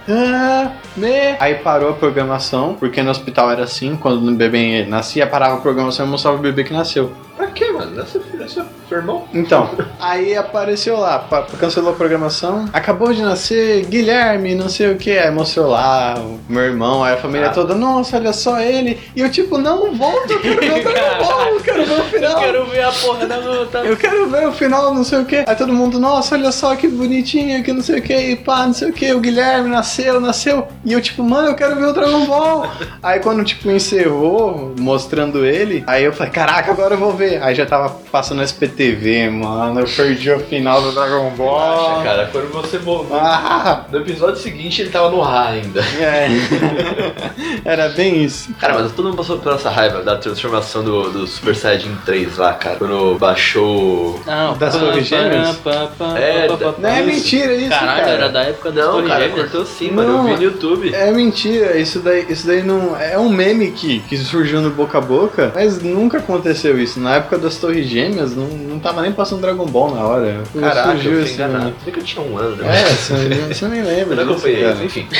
[SPEAKER 2] Kamehameha. Aí parou a programação, porque no hospital era assim, quando o bebê nascia, parava a programação e mostrava o bebê que nasceu.
[SPEAKER 3] Pra quê, mano? Não é seu filho, é seu, seu irmão?
[SPEAKER 2] Então, aí apareceu lá, pa- cancelou a programação, acabou de nascer Guilherme, não sei o que, aí mostrou lá o meu irmão, aí a família
[SPEAKER 3] Ah.
[SPEAKER 2] toda, nossa, olha só ele, e eu tipo, não, volto, eu quero ver o Dragon Ball, eu quero ver o final.
[SPEAKER 4] ver a porra da luta.
[SPEAKER 2] Eu quero ver o final, não sei o que. Aí todo mundo, nossa, olha só que bonitinho, que não sei o que, e pá, não sei o que. O Guilherme nasceu, nasceu. E eu, tipo, mano, eu quero ver o Dragon Ball. aí quando, tipo, encerrou, mostrando ele, aí eu falei, caraca, agora eu vou ver. Aí já tava passando SPTV, mano. Eu perdi o final do Dragon
[SPEAKER 3] Acha,
[SPEAKER 2] Ball.
[SPEAKER 3] cara. Quando você voltou.
[SPEAKER 2] Ah,
[SPEAKER 3] No episódio seguinte ele tava no Ra ainda.
[SPEAKER 2] é. Era bem isso.
[SPEAKER 3] Cara, mas todo mundo passou por essa raiva da transformação do, do Super Saiyajin 3 lá, cara. Quando baixou.
[SPEAKER 4] Não,
[SPEAKER 2] Das
[SPEAKER 4] pam,
[SPEAKER 2] torres
[SPEAKER 4] pam,
[SPEAKER 2] gêmeas?
[SPEAKER 4] pam, pam,
[SPEAKER 3] É,
[SPEAKER 4] pam, pam, pam.
[SPEAKER 2] Não é mentira isso,
[SPEAKER 4] Caralho,
[SPEAKER 2] cara.
[SPEAKER 4] era da época das
[SPEAKER 3] Não,
[SPEAKER 4] torres
[SPEAKER 3] cara,
[SPEAKER 4] gêmeas.
[SPEAKER 3] cortou sim, mano. Eu
[SPEAKER 2] Não.
[SPEAKER 3] vi no YouTube.
[SPEAKER 2] É mentira, isso daí, isso daí não. É um meme que, que surgiu no boca a boca, mas nunca aconteceu isso. Na época das Torres Gêmeas, não, não tava nem passando Dragon Ball na hora. Não
[SPEAKER 3] Caraca, eu
[SPEAKER 2] surgiu
[SPEAKER 3] fui
[SPEAKER 2] esse meme.
[SPEAKER 3] enganado. Sei que eu tinha um ano, né?
[SPEAKER 2] É, você, você nem
[SPEAKER 3] Eu
[SPEAKER 2] lembra.
[SPEAKER 3] não
[SPEAKER 2] disso,
[SPEAKER 3] acompanhei
[SPEAKER 2] cara.
[SPEAKER 3] isso, enfim.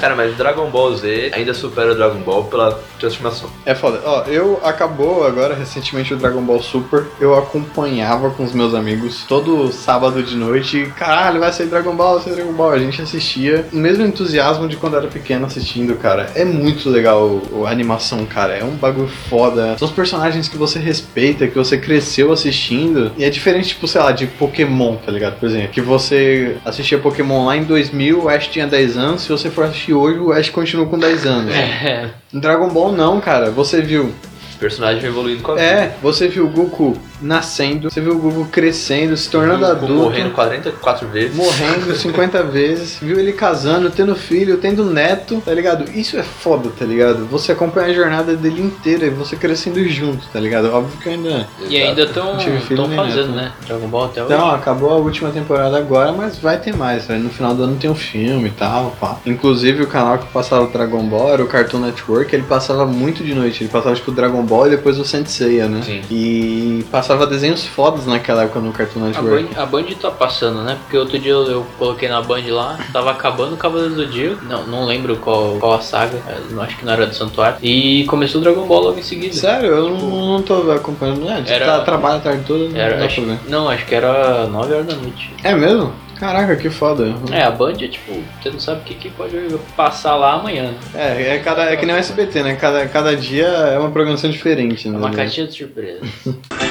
[SPEAKER 3] Cara, mas Dragon Ball Z ainda supera o Dragon Ball pela transformação.
[SPEAKER 2] É foda. Ó, eu acabou agora recentemente o Dragon Ball Super. Eu acompanhava com os meus amigos todo sábado de noite. Caralho, vai sair Dragon Ball, vai sair Dragon Ball. A gente assistia. O mesmo entusiasmo de quando era pequeno assistindo, cara. É muito legal o- a animação, cara. É um bagulho foda. São os personagens que você respeita, que você cresceu assistindo. E é diferente, tipo, sei lá, de Pokémon, tá ligado? Por exemplo, que você assistia Pokémon lá em 2000, o Ash tinha 10 anos. Se você for assistir hoje, o Ash continua com 10 anos.
[SPEAKER 4] É,
[SPEAKER 2] Dragon Ball não, cara. Você viu.
[SPEAKER 3] Os personagens vão evoluindo com a vida.
[SPEAKER 2] É, você viu o Goku nascendo, você viu o Goku crescendo, se tornando
[SPEAKER 3] Goku
[SPEAKER 2] adulto,
[SPEAKER 3] Morrendo 44 vezes.
[SPEAKER 2] morrendo 50 vezes, viu ele casando, tendo filho, tendo neto, tá ligado? Isso é foda, tá ligado? Você acompanha a jornada dele inteira e você crescendo junto, tá ligado? Óbvio que ainda.
[SPEAKER 3] Exato.
[SPEAKER 4] e ainda estão
[SPEAKER 2] Não tive filho nem
[SPEAKER 4] fazendo,
[SPEAKER 2] neto,
[SPEAKER 4] né? Dragon Ball até hoje.
[SPEAKER 2] Então, acabou a última temporada agora, mas vai ter mais, velho. No final do ano tem um filme e tal, pá. Inclusive, o canal que passava o Dragon Ball era o Cartoon Network, ele passava muito de noite. Ele passava, tipo, o Dragon Ball e depois o Senseiya, né?
[SPEAKER 3] Sim.
[SPEAKER 2] E passava desenhos fodas naquela época no Cartoon
[SPEAKER 4] A
[SPEAKER 2] Network.
[SPEAKER 4] Band, a Band tá passando, né? Porque outro dia eu, eu coloquei na Band lá, tava acabando o Cavaleiro do Zodíaco, não, não lembro qual, qual a saga, eh, não- acho que não era do Santuário, e começou o Dragon Ball logo em seguida.
[SPEAKER 2] Sério, eu não, não tô acompanhando. É,
[SPEAKER 4] Era-
[SPEAKER 2] tá, trabalha a tarde toda, não
[SPEAKER 4] Era,
[SPEAKER 2] dá
[SPEAKER 4] acho,
[SPEAKER 2] pra ver.
[SPEAKER 4] não, acho que era 9 horas da noite.
[SPEAKER 2] É mesmo? Caraca, que foda.
[SPEAKER 4] É, a Band é tipo, você não sabe o que, que pode passar lá amanhã. né?
[SPEAKER 2] É, é, cada, é que nem o SBT, né? Cada, cada dia é uma programação diferente,
[SPEAKER 4] É
[SPEAKER 2] né?
[SPEAKER 4] uma caixinha de surpresa.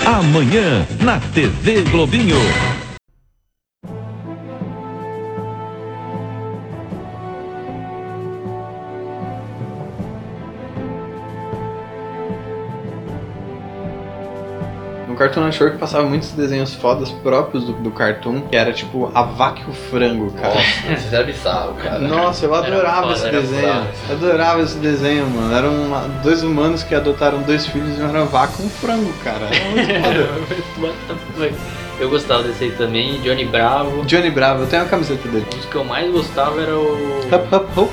[SPEAKER 5] Amanhã na TV Globinho.
[SPEAKER 2] No Cartoon Network passava muitos desenhos fodas próprios do, do Cartoon, que era tipo a vaca e o frango, cara.
[SPEAKER 3] Nossa, isso era bizarro, cara.
[SPEAKER 2] Nossa, eu
[SPEAKER 4] Era
[SPEAKER 2] adorava
[SPEAKER 4] foda,
[SPEAKER 2] esse
[SPEAKER 4] era
[SPEAKER 2] desenho.
[SPEAKER 3] foda.
[SPEAKER 2] Eu adorava esse desenho, mano. Eram uma- dois humanos que adotaram dois filhos e uma era vaca e um frango, cara. Era muito foda.
[SPEAKER 4] eu gostava desse aí também, Johnny Bravo.
[SPEAKER 2] Johnny Bravo, eu tenho a camiseta dele.
[SPEAKER 4] Um dos que eu mais gostava era o.
[SPEAKER 2] Hup, hup, hup.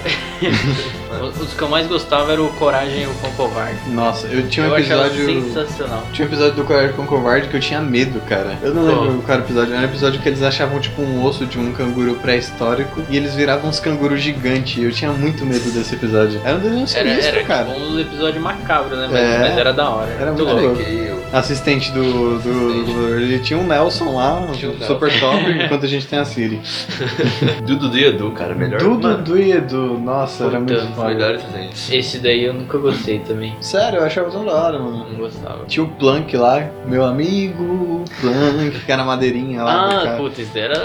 [SPEAKER 4] Um dos que eu mais gostava era o Coragem e o Cão Covarde.
[SPEAKER 2] Nossa, eu tinha um
[SPEAKER 4] eu achava
[SPEAKER 2] episódio.
[SPEAKER 4] sensacional.
[SPEAKER 2] Tinha um episódio do Coragem com Covarde que eu tinha medo, cara. Eu não lembro qual era o episódio. Era um episódio que eles achavam, tipo, um osso de um canguru pré-histórico e eles viravam uns cangurus gigantes. Eu tinha muito medo desse episódio. Era um desenho
[SPEAKER 4] Era,
[SPEAKER 2] sinistro,
[SPEAKER 4] era
[SPEAKER 2] cara.
[SPEAKER 4] tipo um episódio macabro, né? Mas,
[SPEAKER 2] É.
[SPEAKER 4] mas era da hora.
[SPEAKER 2] Era muito
[SPEAKER 4] louco.
[SPEAKER 2] legal.
[SPEAKER 3] Que eu-
[SPEAKER 2] assistente do, do, do- Ele tinha um Nelson lá, um
[SPEAKER 3] Tinha um Nelson.
[SPEAKER 2] super top, enquanto a gente tem a Siri.
[SPEAKER 3] Dudu do Edu, cara, melhor.
[SPEAKER 2] Dudu
[SPEAKER 3] mano,
[SPEAKER 2] do e Edu, nossa, era
[SPEAKER 4] Puta,
[SPEAKER 2] muito
[SPEAKER 3] os
[SPEAKER 2] foda.
[SPEAKER 3] melhores desenhos.
[SPEAKER 4] Esse daí eu nunca gostei também.
[SPEAKER 2] Sério, eu achava tão da hora, mano.
[SPEAKER 4] Não gostava.
[SPEAKER 2] Tinha o Plank lá, meu amigo Plank, que era a madeirinha lá. do
[SPEAKER 4] Ah,
[SPEAKER 2] cara.
[SPEAKER 4] puta, isso era.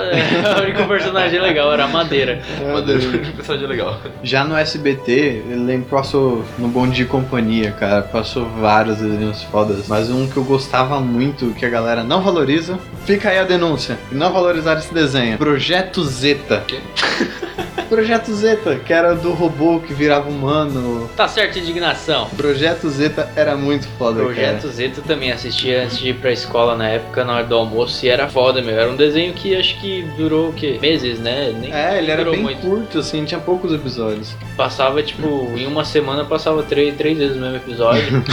[SPEAKER 4] O único personagem legal era a madeira.
[SPEAKER 2] É,
[SPEAKER 3] Mas
[SPEAKER 2] Deus.
[SPEAKER 3] o personagem é legal.
[SPEAKER 2] Já no SBT, ele lembro, passou no Bonde de Companhia, cara. Passou vários desenhos fodas. Mas um que eu gostava muito, que a galera não valoriza. Fica aí a denúncia. Não valorizar esse desenho. Projeto Zeta.
[SPEAKER 3] Quê?
[SPEAKER 2] Projeto Zeta, que era do robô que virava humano.
[SPEAKER 4] Tá certo, indignação.
[SPEAKER 2] Projeto Zeta era muito foda,
[SPEAKER 4] Projeto Zeta também assistia antes de ir pra escola na época, na hora do almoço, e era foda, meu. Era um desenho que acho que durou o quê? Meses, né? Nem,
[SPEAKER 2] cara. É, ele era
[SPEAKER 4] durou
[SPEAKER 2] bem
[SPEAKER 4] muito.
[SPEAKER 2] curto, assim, tinha poucos episódios.
[SPEAKER 4] Passava, tipo, em uma semana passava três, três vezes o mesmo episódio.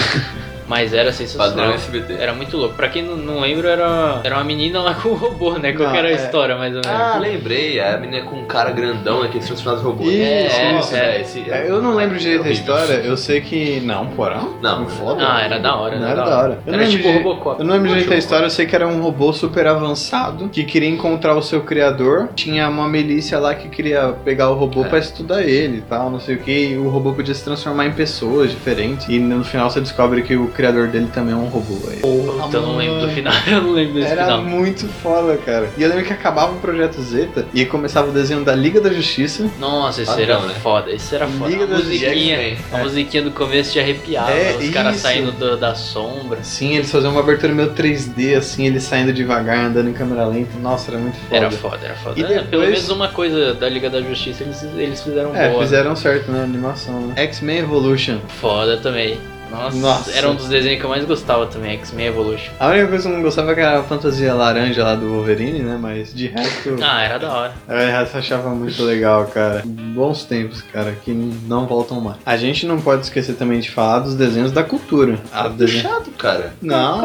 [SPEAKER 4] mas era
[SPEAKER 3] Padrão
[SPEAKER 4] sensacional.
[SPEAKER 3] SBT.
[SPEAKER 4] Era muito louco. Pra quem não, não lembra, era, era uma menina lá com o robô, né? Qual
[SPEAKER 2] Não,
[SPEAKER 4] que era a
[SPEAKER 2] é.
[SPEAKER 4] história, mais ou menos?
[SPEAKER 3] Ah, lembrei, é a menina com um cara grandão aqui que se transforma em robô.
[SPEAKER 2] Isso,
[SPEAKER 4] É, isso. é.
[SPEAKER 3] esse- um
[SPEAKER 2] É, eu não lembro direito da
[SPEAKER 3] horrível.
[SPEAKER 2] história, eu sei que. Não, porra.
[SPEAKER 3] Não,
[SPEAKER 2] foda.
[SPEAKER 4] Ah, era da hora.
[SPEAKER 2] Não era da hora. Eu não
[SPEAKER 4] Era
[SPEAKER 2] lembro
[SPEAKER 4] tipo
[SPEAKER 2] de-
[SPEAKER 4] Robocop.
[SPEAKER 2] Eu não lembro direito da
[SPEAKER 3] Poxa,
[SPEAKER 2] história, eu sei que era um robô super avançado que queria encontrar o seu criador. Tinha uma milícia lá que queria pegar o robô
[SPEAKER 3] É.
[SPEAKER 2] pra estudar ele e tal, não sei o que. E o robô podia se transformar em pessoas diferentes. E no final você descobre que o criador dele também é um robô. Aí.
[SPEAKER 4] Puta, eu não lembro do final. Eu não lembro desse
[SPEAKER 2] Era um
[SPEAKER 4] final.
[SPEAKER 2] muito foda, cara. E eu lembro que acabava o Projeto Zeta e começava o desenho da Liga da Justiça.
[SPEAKER 4] Nossa, esse
[SPEAKER 3] Padrão,
[SPEAKER 4] era
[SPEAKER 3] né?
[SPEAKER 4] foda. Esse era foda.
[SPEAKER 2] Liga
[SPEAKER 4] a
[SPEAKER 2] da
[SPEAKER 4] musiquinha,
[SPEAKER 3] Justiça.
[SPEAKER 4] a musiquinha do começo te arrepiava.
[SPEAKER 2] É,
[SPEAKER 4] os caras
[SPEAKER 2] isso.
[SPEAKER 4] saindo do- da sombra.
[SPEAKER 2] Sim, Assim, eles faziam uma abertura meio 3D, assim, eles saindo devagar, andando em câmera lenta. Nossa, era muito foda.
[SPEAKER 4] Era foda, era foda.
[SPEAKER 2] E
[SPEAKER 4] É, Pelo
[SPEAKER 2] depois-
[SPEAKER 4] menos uma coisa da Liga da Justiça eles, eles fizeram
[SPEAKER 2] É,
[SPEAKER 4] boa.
[SPEAKER 2] fizeram certo, né? Animação, né? X-Men Evolution.
[SPEAKER 4] Foda também. Nossa,
[SPEAKER 2] Nossa.
[SPEAKER 4] era um dos desenhos que eu mais gostava também, X-Men Evolution.
[SPEAKER 2] A única coisa que eu não gostava era a fantasia laranja lá do Wolverine, né? Mas de resto.
[SPEAKER 4] Ah, era da hora.
[SPEAKER 2] Eu essa achava muito legal, cara. Bons tempos, cara, que não voltam mais. A gente não pode esquecer também de falar dos desenhos da cultura.
[SPEAKER 3] Ah,
[SPEAKER 2] Dos desenhos-
[SPEAKER 3] puxado, cara.
[SPEAKER 2] Não.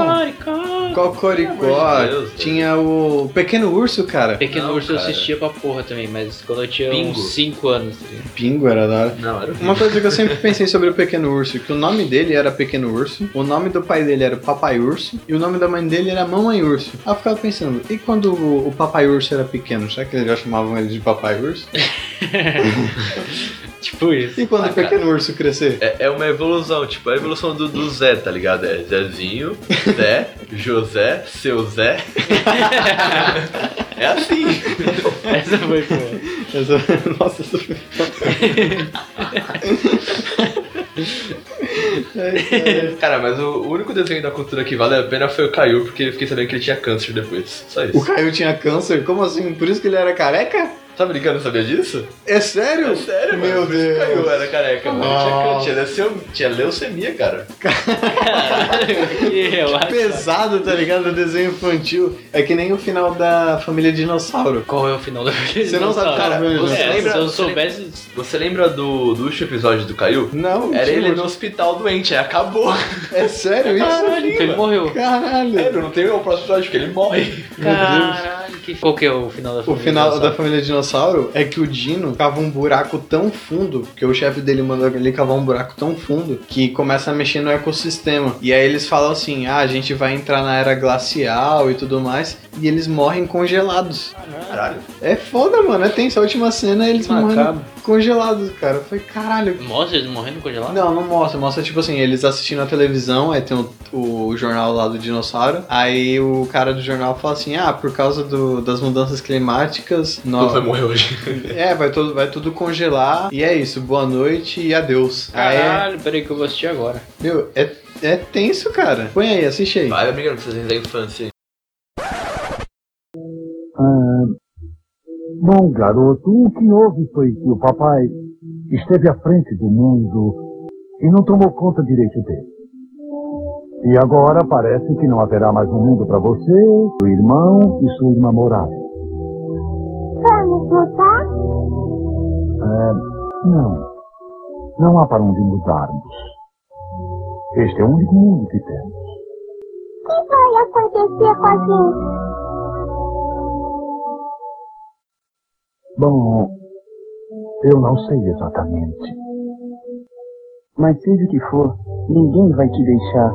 [SPEAKER 3] Pelo
[SPEAKER 2] Cocoricó.
[SPEAKER 3] amor de Deus,
[SPEAKER 2] tinha o Pequeno Urso, cara.
[SPEAKER 4] Pequeno
[SPEAKER 3] Não,
[SPEAKER 4] Urso eu
[SPEAKER 3] cara.
[SPEAKER 4] assistia pra porra também, mas quando eu tinha
[SPEAKER 3] Bingo.
[SPEAKER 4] uns 5 anos. tá ligado?
[SPEAKER 2] Pingo era da hora.
[SPEAKER 3] Não, era o
[SPEAKER 2] Uma coisa que eu sempre pensei sobre o Pequeno Urso, que o nome dele era Pequeno Urso, o nome do pai dele era Papai Urso, e o nome da mãe dele era Mamãe Urso. Aí eu ficava pensando, e quando o o Papai Urso era pequeno, será que eles já chamavam ele de Papai Urso?
[SPEAKER 4] Tipo isso.
[SPEAKER 2] E quando o Pequeno Urso crescer?
[SPEAKER 3] É, é uma evolução, tipo, a evolução do, do Zé, tá ligado? É Zezinho, Zé, José, seu Zé. é assim.
[SPEAKER 4] Essa foi boa.
[SPEAKER 2] Essa- Nossa, essa foi Ai, cara.
[SPEAKER 3] Cara, mas o único desenho da cultura que vale a pena foi o Caio, porque eu fiquei sabendo que ele tinha câncer depois. Só
[SPEAKER 2] O
[SPEAKER 3] isso.
[SPEAKER 2] Caio tinha câncer? Como assim? Por isso que ele era careca?
[SPEAKER 3] Tá brincando, sabia disso?
[SPEAKER 2] É sério?
[SPEAKER 3] É sério, mano.
[SPEAKER 2] Meu
[SPEAKER 3] Por isso que
[SPEAKER 2] Deus.
[SPEAKER 3] O Caio era careca, mano. Ele Tinha, câncer,
[SPEAKER 2] Nossa.
[SPEAKER 3] tinha, leucemia, tinha leucemia, cara.
[SPEAKER 4] Que relaxa.
[SPEAKER 2] Pesado, tá ligado? O desenho infantil. É que nem o final da família dinossauro.
[SPEAKER 4] Qual é o final da
[SPEAKER 2] Você não sabe, cara, você
[SPEAKER 4] é,
[SPEAKER 3] lembra-
[SPEAKER 4] Se eu
[SPEAKER 3] você
[SPEAKER 4] soubesse.
[SPEAKER 3] Você lembra do, do último episódio do Caio?
[SPEAKER 2] Não,
[SPEAKER 3] Era
[SPEAKER 2] tio,
[SPEAKER 3] ele no hospital doente, aí acabou.
[SPEAKER 2] É sério isso?
[SPEAKER 4] Caralho, então ele morreu.
[SPEAKER 2] Caralho.
[SPEAKER 3] Sério, não tem o próximo episódio, porque ele morre.
[SPEAKER 2] Meu Deus.
[SPEAKER 4] Caralho, que... Qual que é o final da
[SPEAKER 2] O
[SPEAKER 4] família
[SPEAKER 2] final da
[SPEAKER 4] dinossauro?
[SPEAKER 2] família dinossauro é que o Dino cava um buraco tão fundo que o chefe dele mandou ele cavar um buraco tão fundo que começa a mexer no ecossistema. E aí eles falam assim: ah, a gente vai entrar na era glacial e tudo mais. E eles morrem congelados.
[SPEAKER 3] Caralho.
[SPEAKER 2] É foda, mano. É tenso. A última cena eles
[SPEAKER 4] Macabro.
[SPEAKER 2] morrendo congelados, cara. Foi caralho.
[SPEAKER 4] Mostra eles morrendo congelados?
[SPEAKER 2] Não, é. não mostra. Mostra, tipo assim, eles assistindo a televisão, aí tem o, o jornal lá do dinossauro. Aí o cara do jornal fala assim: ah, por causa do- das mudanças climáticas.
[SPEAKER 3] Tu
[SPEAKER 2] nós-
[SPEAKER 3] vai morrer hoje.
[SPEAKER 2] é, vai tudo, vai tudo congelar. E é isso. Boa noite e adeus. Aí é,
[SPEAKER 4] Caralho, peraí que eu vou assistir agora.
[SPEAKER 2] meu, é, é tenso, cara. Põe aí, assiste aí.
[SPEAKER 3] Vai, amiga, não precisa da infância.
[SPEAKER 1] Bom, garoto, o que houve foi que o papai esteve à frente do mundo e não tomou conta direito dele. E agora parece que não haverá mais um mundo para você, seu irmão e sua irmã morar.
[SPEAKER 7] Vamos lutar?
[SPEAKER 1] É, Não, não há para onde mudarmos. Este é o único mundo que temos.
[SPEAKER 7] O que vai acontecer com a gente?
[SPEAKER 1] Bom, eu não sei exatamente.
[SPEAKER 8] Mas seja o que for, ninguém vai te deixar.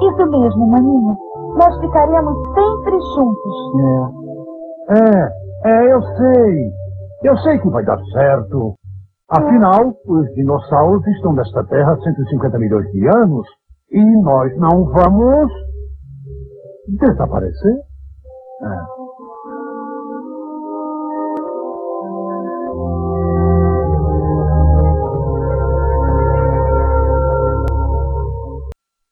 [SPEAKER 7] Isso mesmo, maninha. Nós ficaremos sempre juntos.
[SPEAKER 1] É, é, eu sei. Eu sei que vai dar certo. Afinal, os dinossauros estão nesta terra há 150 milhões de anos e nós não vamos desaparecer.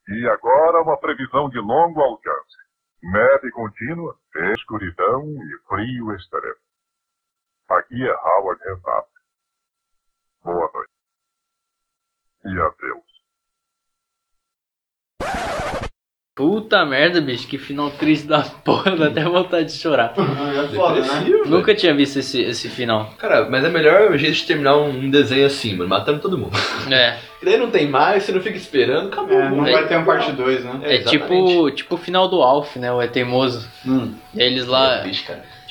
[SPEAKER 9] E agora uma previsão de longo alcance. Neve contínua, escuridão e frio extremo. Aqui é Howard Renato. Boa noite. E adeus.
[SPEAKER 4] Puta merda, bicho, que final triste da porra, dá até vontade de chorar.
[SPEAKER 2] é né?
[SPEAKER 3] Depressivo, velho.
[SPEAKER 4] Nunca tinha visto esse, esse final.
[SPEAKER 3] Cara, mas é melhor o jeito de terminar um desenho assim, mano, matando todo mundo.
[SPEAKER 4] É,
[SPEAKER 3] E daí não tem mais, você não fica esperando, acabou.
[SPEAKER 2] É, não vai ter um parte 2, né?
[SPEAKER 4] é tipo, tipo o final do Alf, né? O É Teimoso.
[SPEAKER 2] Hum.
[SPEAKER 4] Eles lá
[SPEAKER 2] eu não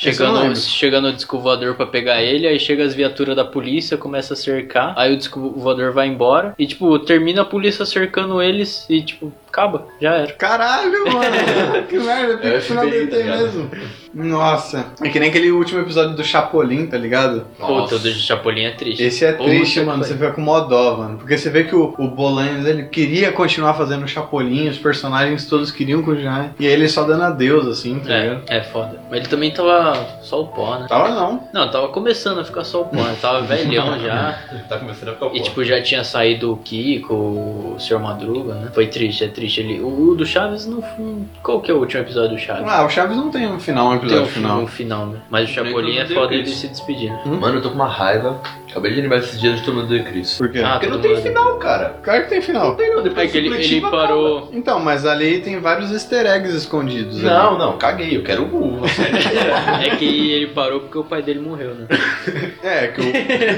[SPEAKER 4] chegando,
[SPEAKER 2] lembro.
[SPEAKER 4] chegando o disco voador pra pegar ele, aí chega as viaturas da polícia, começa a cercar, aí o disco voador vai embora, e tipo, termina a polícia cercando eles e tipo, acaba, já era.
[SPEAKER 2] Caralho, mano. que merda. Tem
[SPEAKER 3] É
[SPEAKER 2] que final
[SPEAKER 3] FBI,
[SPEAKER 2] dele tem
[SPEAKER 3] tá ligado?
[SPEAKER 2] mesmo. Nossa. É que nem aquele último episódio do Chapolin, tá ligado?
[SPEAKER 4] Puta, o do Chapolin é triste.
[SPEAKER 2] Esse é
[SPEAKER 4] Puta
[SPEAKER 2] triste,
[SPEAKER 4] que
[SPEAKER 2] mano.
[SPEAKER 4] pariu.
[SPEAKER 2] Você fica com mó dó, mano. Porque você vê que o, o Bolanhos, ele queria continuar fazendo o Chapolin, os personagens todos queriam continuar. né? E aí ele só dando adeus, assim, tá ligado?
[SPEAKER 4] É, é foda. Mas ele também tava só o pó, né?
[SPEAKER 2] Tava não.
[SPEAKER 4] Não, tava começando a ficar só o pó, né? tava velhão já.
[SPEAKER 3] Tá começando a ficar
[SPEAKER 4] E
[SPEAKER 3] bom.
[SPEAKER 4] tipo, já tinha saído o Kiko, o Sr. Madruga, né? Foi triste, é triste. Ele, o, o do Chaves não foi. Qual um, que é o último episódio do Chaves?
[SPEAKER 2] Ah, o Chaves não tem um final, um
[SPEAKER 4] tem um,
[SPEAKER 2] episódio final.
[SPEAKER 4] um final, né? Mas o
[SPEAKER 3] Nem
[SPEAKER 4] Chapolin é
[SPEAKER 3] todo
[SPEAKER 4] foda
[SPEAKER 3] tem
[SPEAKER 4] ele
[SPEAKER 3] isso.
[SPEAKER 4] se despedindo.
[SPEAKER 3] Mano, eu tô com uma raiva. Acabei de lembrar esses dias de Turma do Cris.
[SPEAKER 2] Por quê?
[SPEAKER 4] Ah,
[SPEAKER 3] Porque não
[SPEAKER 4] todo
[SPEAKER 3] tem
[SPEAKER 4] mundo-
[SPEAKER 3] final, cara.
[SPEAKER 2] Claro que tem final.
[SPEAKER 3] Não tem não, depois
[SPEAKER 4] É que ele,
[SPEAKER 3] do
[SPEAKER 4] ele
[SPEAKER 3] supletivo acaba.
[SPEAKER 4] parou.
[SPEAKER 2] Então, mas ali tem vários easter eggs escondidos. ali.
[SPEAKER 3] Não, não, caguei, eu quero o você.
[SPEAKER 4] É que ele parou porque o pai dele morreu, né?
[SPEAKER 2] É, que o,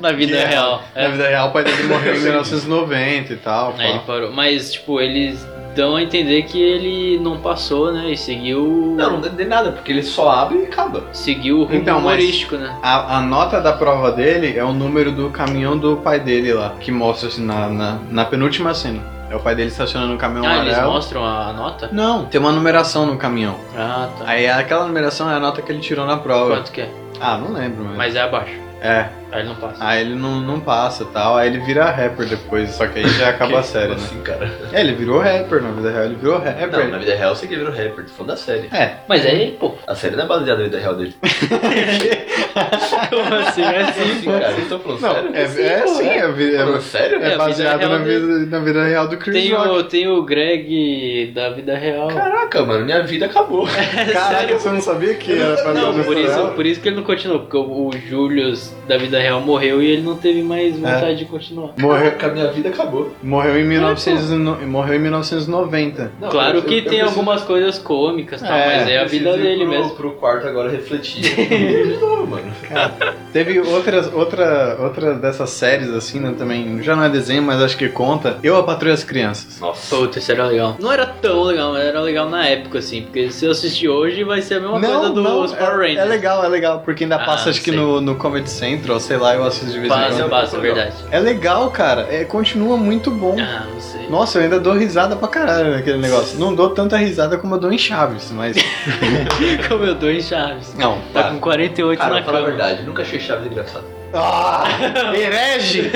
[SPEAKER 4] Na vida
[SPEAKER 2] É,
[SPEAKER 4] real.
[SPEAKER 2] na vida real o pai dele morreu em
[SPEAKER 3] Sim. É.
[SPEAKER 2] 1990 e tal.
[SPEAKER 4] Aí ele
[SPEAKER 2] pá.
[SPEAKER 4] parou. Mas, tipo, eles dão a entender que ele não passou, né? E seguiu.
[SPEAKER 3] Não, não tem nada, porque ele só abre e acaba.
[SPEAKER 4] Seguiu o rumo
[SPEAKER 2] Então, mas-
[SPEAKER 4] humorístico, né?
[SPEAKER 2] A, a nota da prova dele é o número do caminhão do pai dele lá, que mostra assim, na, na, na penúltima cena. É o pai dele estacionando um caminhão
[SPEAKER 4] Ah, eles
[SPEAKER 2] amarelo.
[SPEAKER 4] mostram a nota?
[SPEAKER 2] Não, tem uma numeração no caminhão.
[SPEAKER 4] Ah, tá.
[SPEAKER 2] Aí aquela numeração é a nota que ele tirou na prova.
[SPEAKER 4] Quanto que é?
[SPEAKER 2] Ah, não lembro, mas.
[SPEAKER 4] Mas é abaixo.
[SPEAKER 2] É.
[SPEAKER 4] Aí ele não passa.
[SPEAKER 2] Aí ele não, não passa e tal. Aí ele vira rapper depois, só que aí já acaba a
[SPEAKER 3] Que-
[SPEAKER 2] série,
[SPEAKER 3] como
[SPEAKER 2] né?
[SPEAKER 3] assim, cara.
[SPEAKER 2] É, ele virou rapper, na vida real ele virou rapper.
[SPEAKER 3] Não, na vida real eu sei que ele virou rapper, tô falando da série.
[SPEAKER 2] É,
[SPEAKER 4] Mas aí, pô,
[SPEAKER 3] A série não é baseada na vida real dele.
[SPEAKER 4] como assim? É assim.
[SPEAKER 3] Sim, cara, eu tô falando
[SPEAKER 2] não,
[SPEAKER 3] sério.
[SPEAKER 2] é, é sim, é, vi-
[SPEAKER 3] Tô falando
[SPEAKER 2] é,
[SPEAKER 3] sério?
[SPEAKER 2] é
[SPEAKER 4] É, a
[SPEAKER 2] baseado
[SPEAKER 4] vida
[SPEAKER 2] na
[SPEAKER 4] real dele.
[SPEAKER 2] vida, na vida real do Chris
[SPEAKER 4] Tem
[SPEAKER 2] Rock.
[SPEAKER 4] o, tem o Greg da vida real.
[SPEAKER 3] Caraca, mano, minha vida acabou.
[SPEAKER 2] Caraca, você não sabia que era pra
[SPEAKER 4] é Não,
[SPEAKER 2] fazer
[SPEAKER 4] por
[SPEAKER 2] isso
[SPEAKER 4] isso,
[SPEAKER 2] real?
[SPEAKER 4] por isso que ele não continuou, porque o, o Julius da vida real morreu e ele não teve
[SPEAKER 2] É.
[SPEAKER 4] mais vontade de continuar.
[SPEAKER 2] Morreu,
[SPEAKER 3] Caraca, minha vida acabou.
[SPEAKER 2] morreu, em 1900, e no- morreu em 1990.
[SPEAKER 3] Não,
[SPEAKER 4] claro
[SPEAKER 3] eu-
[SPEAKER 4] que
[SPEAKER 3] eu- eu
[SPEAKER 4] tem
[SPEAKER 3] preciso-
[SPEAKER 4] algumas coisas cômicas, tá?
[SPEAKER 2] É,
[SPEAKER 4] mas é a
[SPEAKER 3] preciso
[SPEAKER 4] vida
[SPEAKER 3] ir
[SPEAKER 4] dele
[SPEAKER 3] pro,
[SPEAKER 4] mesmo.
[SPEAKER 3] pro quarto agora refletir. de novo, mano.
[SPEAKER 2] Teve outras, outra, outra dessas séries assim, né, também, já não é desenho, mas acho que conta. Eu, a Patrulha e as Crianças.
[SPEAKER 3] Nossa.
[SPEAKER 4] Pô, o terceiro era legal. Não era tão legal, mas era legal na época, assim. Porque se eu assistir hoje, vai ser a mesma coisa dos
[SPEAKER 2] é-
[SPEAKER 4] Power
[SPEAKER 2] É,
[SPEAKER 4] Rangers.
[SPEAKER 2] legal, é legal, porque ainda
[SPEAKER 4] Ah,
[SPEAKER 2] passa acho que
[SPEAKER 4] sei.
[SPEAKER 2] no, no Comedy Central, sei lá, eu assisto de vez em
[SPEAKER 4] Passa,
[SPEAKER 2] quando.
[SPEAKER 4] passa, é verdade.
[SPEAKER 2] É legal, cara, é, continua muito bom.
[SPEAKER 4] Ah, não sei.
[SPEAKER 2] Nossa, eu ainda dou risada pra caralho naquele negócio. Não dou tanta risada como eu dou em Chaves, mas.
[SPEAKER 4] Como eu dou em Chaves.
[SPEAKER 2] Não,
[SPEAKER 4] Tá com 48
[SPEAKER 3] Cara,
[SPEAKER 4] na
[SPEAKER 3] fala a
[SPEAKER 4] cama.
[SPEAKER 3] verdade, nunca achei Chaves engraçado.
[SPEAKER 2] Ah, herege!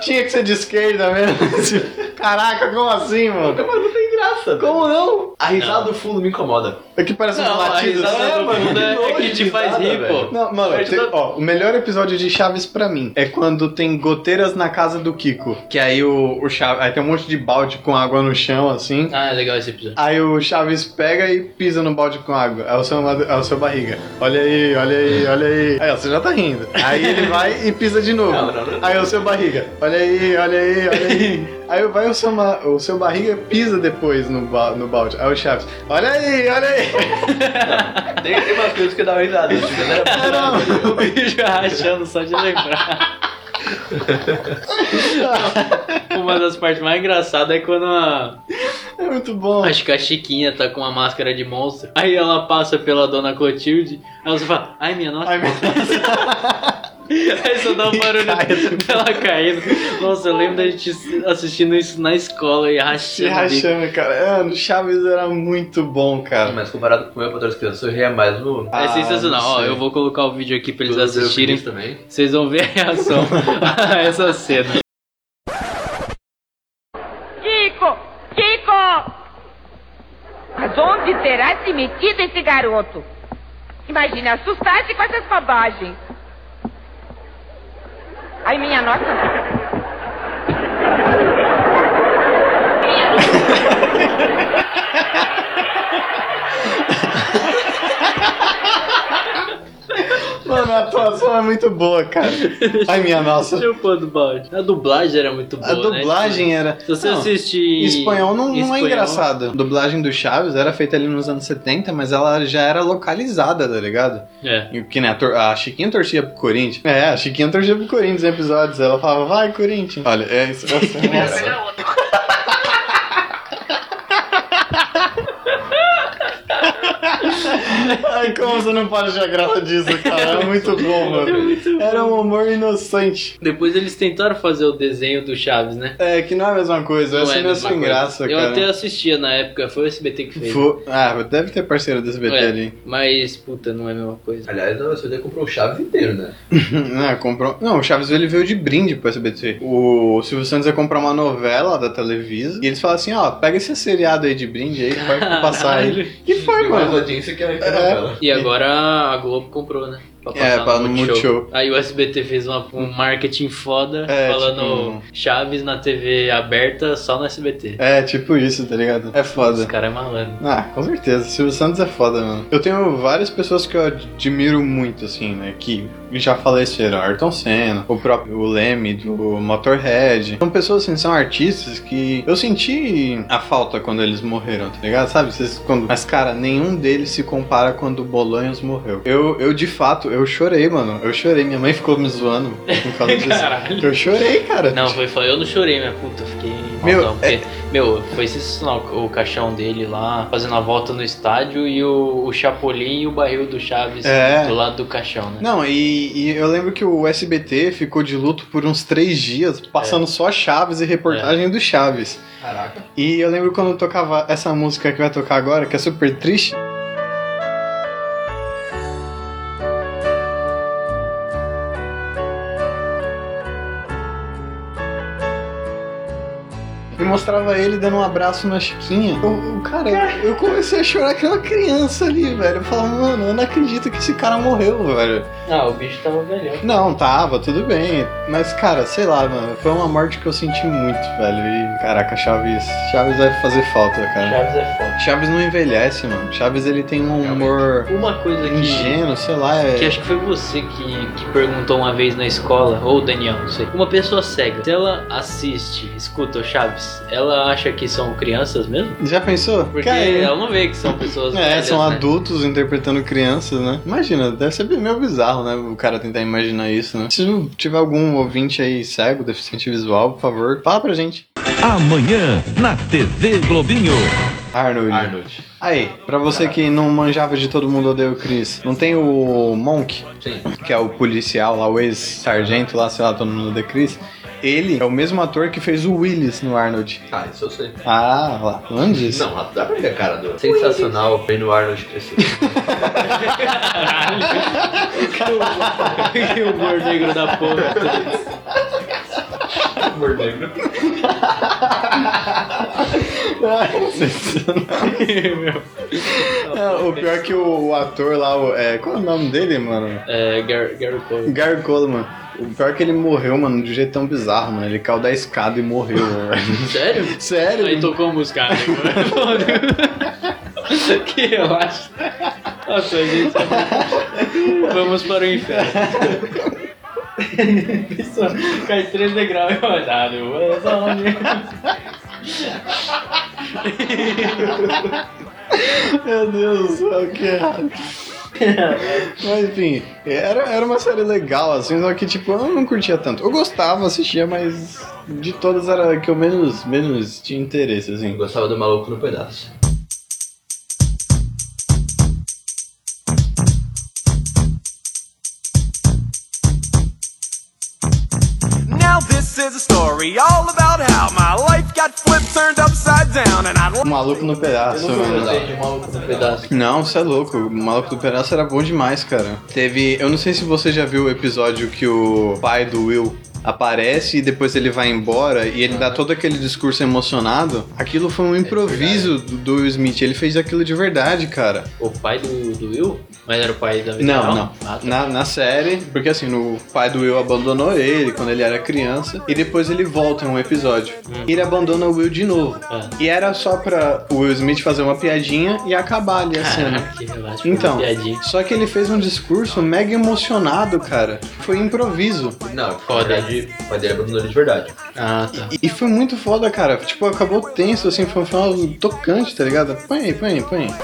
[SPEAKER 2] Tinha que ser de esquerda mesmo. Caraca, como assim, mano?
[SPEAKER 3] Mas não tem graça.
[SPEAKER 2] Como não?
[SPEAKER 3] A risada do fundo me incomoda.
[SPEAKER 2] É que parece
[SPEAKER 4] Não,
[SPEAKER 2] uns
[SPEAKER 4] a
[SPEAKER 2] latidos.
[SPEAKER 4] risada
[SPEAKER 3] É,
[SPEAKER 4] do
[SPEAKER 3] mano,
[SPEAKER 4] mundo é,
[SPEAKER 3] que
[SPEAKER 4] é que
[SPEAKER 3] nojo de
[SPEAKER 4] te faz
[SPEAKER 3] risada,
[SPEAKER 4] rir,
[SPEAKER 3] velho.
[SPEAKER 4] pô.
[SPEAKER 2] Não, mano,
[SPEAKER 4] Mas
[SPEAKER 2] tem-
[SPEAKER 4] toda-
[SPEAKER 2] ó, o melhor episódio de Chaves pra mim é quando tem goteiras na casa do Kiko. Que aí o, o Chaves. Aí tem um monte de balde com água no chão, assim.
[SPEAKER 4] Ah, é legal esse episódio.
[SPEAKER 2] Aí o Chaves pega e pisa no balde com água. É o seu, é o seu barriga. Olha aí, olha aí, olha aí. Aí, ó, você já tá rindo. Aí ele vai e pisa de novo.
[SPEAKER 3] Não, não, não.
[SPEAKER 2] Aí o seu barriga. Olha aí, olha aí, olha aí. Aí vai o seu, ma- o seu barriga pisa depois no, ba- no balde. Aí o Chaves. Olha aí, olha aí.
[SPEAKER 3] Tem, tem umas coisas que eu dava risada. Tipo, né?
[SPEAKER 4] Não, o bicho rachando só de lembrar. Uma das partes mais engraçadas é quando a.
[SPEAKER 2] É muito bom.
[SPEAKER 4] Acho que a Chiquinha tá com uma máscara de monstro. Aí ela passa pela dona Clotilde. Aí você fala, ai minha nossa.
[SPEAKER 2] Ai, meu
[SPEAKER 4] Aí só dá um barulho
[SPEAKER 2] Cai assim.
[SPEAKER 4] dela caindo. Nossa, eu lembro da gente assistindo isso na escola e
[SPEAKER 2] Se
[SPEAKER 4] rachando. o bico. É
[SPEAKER 2] rachando, cara. Mano, Chaves era muito bom, cara.
[SPEAKER 3] Mas comparado com o meu pra outras crianças, eu ria mais no.
[SPEAKER 2] Ah,
[SPEAKER 4] É sensacional.
[SPEAKER 2] não
[SPEAKER 4] Ó,
[SPEAKER 2] sei.
[SPEAKER 4] eu vou colocar o vídeo aqui pra eles
[SPEAKER 3] no- no-
[SPEAKER 4] assistirem.
[SPEAKER 3] também.
[SPEAKER 4] Vocês vão ver a reação a essa cena.
[SPEAKER 6] Kiko! Kiko! Mas onde terá se metido esse garoto? Imagina assustar-se com essas bobagens. Ai, minha nossa.
[SPEAKER 2] Mano, a atuação é muito boa, cara. Ai, minha nossa.
[SPEAKER 4] Deixa eu pôr do balde. A dublagem era muito boa,
[SPEAKER 3] né,
[SPEAKER 2] A dublagem era.
[SPEAKER 4] Né? Se você
[SPEAKER 2] Não,
[SPEAKER 4] assistir...
[SPEAKER 2] em espanhol não, não é
[SPEAKER 4] espanhol-
[SPEAKER 2] engraçado. A dublagem do Chaves era feita ali nos anos 70, mas ela já era localizada, tá ligado?
[SPEAKER 4] É.
[SPEAKER 2] E Que nem a, tor- a Chiquinha torcia pro Corinthians. É, a Chiquinha torcia pro Corinthians em episódios. Ela falava, vai, Corinthians. Olha, é isso. Essa é a nossa. Ai, como você não pode achar graça disso, cara? É muito bom, mano. Era um humor inocente.
[SPEAKER 4] Depois eles tentaram fazer o desenho do Chaves, né?
[SPEAKER 2] É, que não é a mesma coisa.
[SPEAKER 4] Não
[SPEAKER 2] Essa
[SPEAKER 4] é
[SPEAKER 2] é
[SPEAKER 4] a mesma
[SPEAKER 2] mesmo sem
[SPEAKER 4] coisa.
[SPEAKER 2] graça,
[SPEAKER 4] Eu
[SPEAKER 2] cara.
[SPEAKER 4] até assistia na época, foi o SBT que fez.
[SPEAKER 2] Fu- Ah, deve ter parceiro do SBT
[SPEAKER 4] É,
[SPEAKER 2] ali.
[SPEAKER 4] Mas, puta, não é a mesma coisa.
[SPEAKER 3] Aliás, o SBT comprou o Chaves inteiro, né?
[SPEAKER 2] Não, comprou... não, o Chaves ele veio de brinde pro SBT. O Silvio Santos ia comprar uma novela da Televisa e eles falaram assim: ó, pega esse seriado aí de brinde aí, pode passar aí.
[SPEAKER 4] Caralho.
[SPEAKER 2] Que foi,
[SPEAKER 3] Tem mais
[SPEAKER 2] É, mano?
[SPEAKER 3] audiência que a que a
[SPEAKER 2] É.
[SPEAKER 3] novela.
[SPEAKER 4] E agora a Globo comprou, né?
[SPEAKER 2] É, pra no Multishow.
[SPEAKER 4] Aí o SBT fez uma- um marketing foda
[SPEAKER 2] É,
[SPEAKER 4] falando Chaves na TV aberta só no SBT.
[SPEAKER 2] É, tipo isso, tá ligado? É
[SPEAKER 4] Esse
[SPEAKER 2] foda.
[SPEAKER 4] cara é malandro.
[SPEAKER 2] Ah, com certeza. Silvio Santos é foda, mano. Eu tenho várias pessoas que eu admiro muito, assim, né? Que já faleceram. Ayrton Senna, o próprio o Leme do Motorhead. São pessoas, assim, são artistas que eu senti a falta quando eles morreram, tá ligado? Sabe? Vocês, quando... Mas, cara, nenhum deles se compara quando o Bolanhos morreu. Eu, eu, de fato, eu chorei, mano. Eu chorei. Minha mãe ficou me zoando por causa disso.
[SPEAKER 4] Caralho.
[SPEAKER 2] Eu chorei, cara. Tipo,
[SPEAKER 4] Não, foi, foi eu não chorei, minha puta, eu fiquei
[SPEAKER 2] Meu, é-
[SPEAKER 4] malzão, porque, meu, foi sensacional o caixão dele lá, fazendo a volta no estádio e o, o Chapolin e o barril do Chaves
[SPEAKER 2] É.
[SPEAKER 4] do lado do caixão, né?
[SPEAKER 2] Não, e, e eu lembro que o SBT ficou de luto por uns três dias, passando só Chaves e reportagem do Chaves.
[SPEAKER 3] Caraca.
[SPEAKER 2] E eu lembro quando eu tocava essa música que vai tocar agora, que é super triste. E mostrava ele dando um abraço na Chiquinha. Eu, eu- cara, eu, eu comecei a chorar que era uma criança ali, velho. Eu falava, mano, eu não acredito que esse cara morreu, velho.
[SPEAKER 4] Ah, o bicho tava velhão.
[SPEAKER 2] Não, tava, tudo bem. Mas, cara, sei lá, mano. Foi uma morte que eu senti muito, velho. E, caraca, Chaves. Chaves vai fazer falta, cara.
[SPEAKER 4] Chaves é foda.
[SPEAKER 2] Chaves não envelhece, mano. Chaves ele tem um humor
[SPEAKER 4] Uma coisa que...
[SPEAKER 2] ingênuo, sei lá. É...
[SPEAKER 4] Que acho que foi você que, que perguntou uma vez na escola, ou o Daniel, não sei. Uma pessoa cega, se ela assiste, escuta o Chaves, ela acha que são crianças mesmo?
[SPEAKER 2] Já pensou?
[SPEAKER 4] Porque
[SPEAKER 2] Cara,
[SPEAKER 4] ela não vê que são pessoas
[SPEAKER 2] É,
[SPEAKER 4] velhas,
[SPEAKER 2] são
[SPEAKER 4] né?
[SPEAKER 2] adultos interpretando crianças, né? Imagina, deve ser meio bizarro, né? O cara tentar imaginar isso, né? Se tiver algum ouvinte aí cego, deficiente visual, por favor, fala pra gente.
[SPEAKER 5] Amanhã na TV Globinho.
[SPEAKER 2] Arnold.
[SPEAKER 3] Arnold.
[SPEAKER 2] Aí, pra você que não manjava de todo mundo odeia o Chris, não tem o Monk,
[SPEAKER 3] Sim.
[SPEAKER 2] que é o policial lá, o ex-sargento lá, sei lá, todo mundo odeia o Chris. Ele é o mesmo ator que fez o Willis no Arnold.
[SPEAKER 3] Ah, isso eu sei.
[SPEAKER 2] Ah, lá, falando disso.
[SPEAKER 3] Não, dá pra ver a cara do. Sensacional, bem no Arnold cresceu.
[SPEAKER 4] Que humor negro da porra.
[SPEAKER 2] É, o pior é que o, o ator lá, o- é, qual é o nome dele, mano?
[SPEAKER 4] É, Gar- Gary Cole.
[SPEAKER 2] Gary Coleman. O pior é que ele morreu, mano, de um jeito tão bizarro, mano. Ele caiu da escada e morreu, velho.
[SPEAKER 4] Sério?
[SPEAKER 2] Sério?
[SPEAKER 4] Aí tocou música, né? Foda. que eu acho. Nossa, gente. Vamos para o inferno. Pessoal, Cai 3 degraus "Ah, e rodado.
[SPEAKER 2] Meu Deus do céu, que é errado. mas enfim, era, era uma série legal, assim, só que tipo, eu não curtia tanto. Eu gostava, assistia, mas de todas era a que eu menos, menos tinha interesse, assim.
[SPEAKER 3] Gostava do maluco no pedaço.
[SPEAKER 10] Now this is a story all about how my life got flipped, turned upside down, and I'd
[SPEAKER 2] O maluco no pedaço, né? mano.
[SPEAKER 4] Gostei de maluco no pedaço.
[SPEAKER 2] Não, você é louco. O Maluco do Pedaço era bom demais, cara. Teve. Eu não sei se você já viu o episódio que o pai do Will aparece e depois ele vai embora e ele dá todo aquele discurso emocionado. Aquilo foi um improviso do, do Will Smith. Ele fez aquilo de verdade, cara.
[SPEAKER 4] O pai do, do Will? Mas era o pai da vida
[SPEAKER 2] Não,
[SPEAKER 4] real?
[SPEAKER 2] não.
[SPEAKER 4] Ah, tá.
[SPEAKER 2] Na, na série, porque assim, o pai do Will abandonou ele quando ele era criança. E depois ele volta em um episódio. E ele abandona o Will de novo.
[SPEAKER 4] Hum. Ah.
[SPEAKER 2] E era só pra o Will Smith fazer uma piadinha e acabar ali a cena.
[SPEAKER 4] Caraca, que relaxo.
[SPEAKER 2] Então,
[SPEAKER 4] Piadinha.
[SPEAKER 2] só que ele fez um discurso mega emocionado, cara. Foi improviso.
[SPEAKER 4] Tá.
[SPEAKER 3] Não,
[SPEAKER 4] Foda.
[SPEAKER 3] foda de. Mas ele abandonou ele de verdade.
[SPEAKER 4] Ah, tá.
[SPEAKER 2] E, e foi muito foda, cara. Tipo, acabou tenso, assim, foi um final tocante, tá ligado? Põe aí, põe aí, põe aí.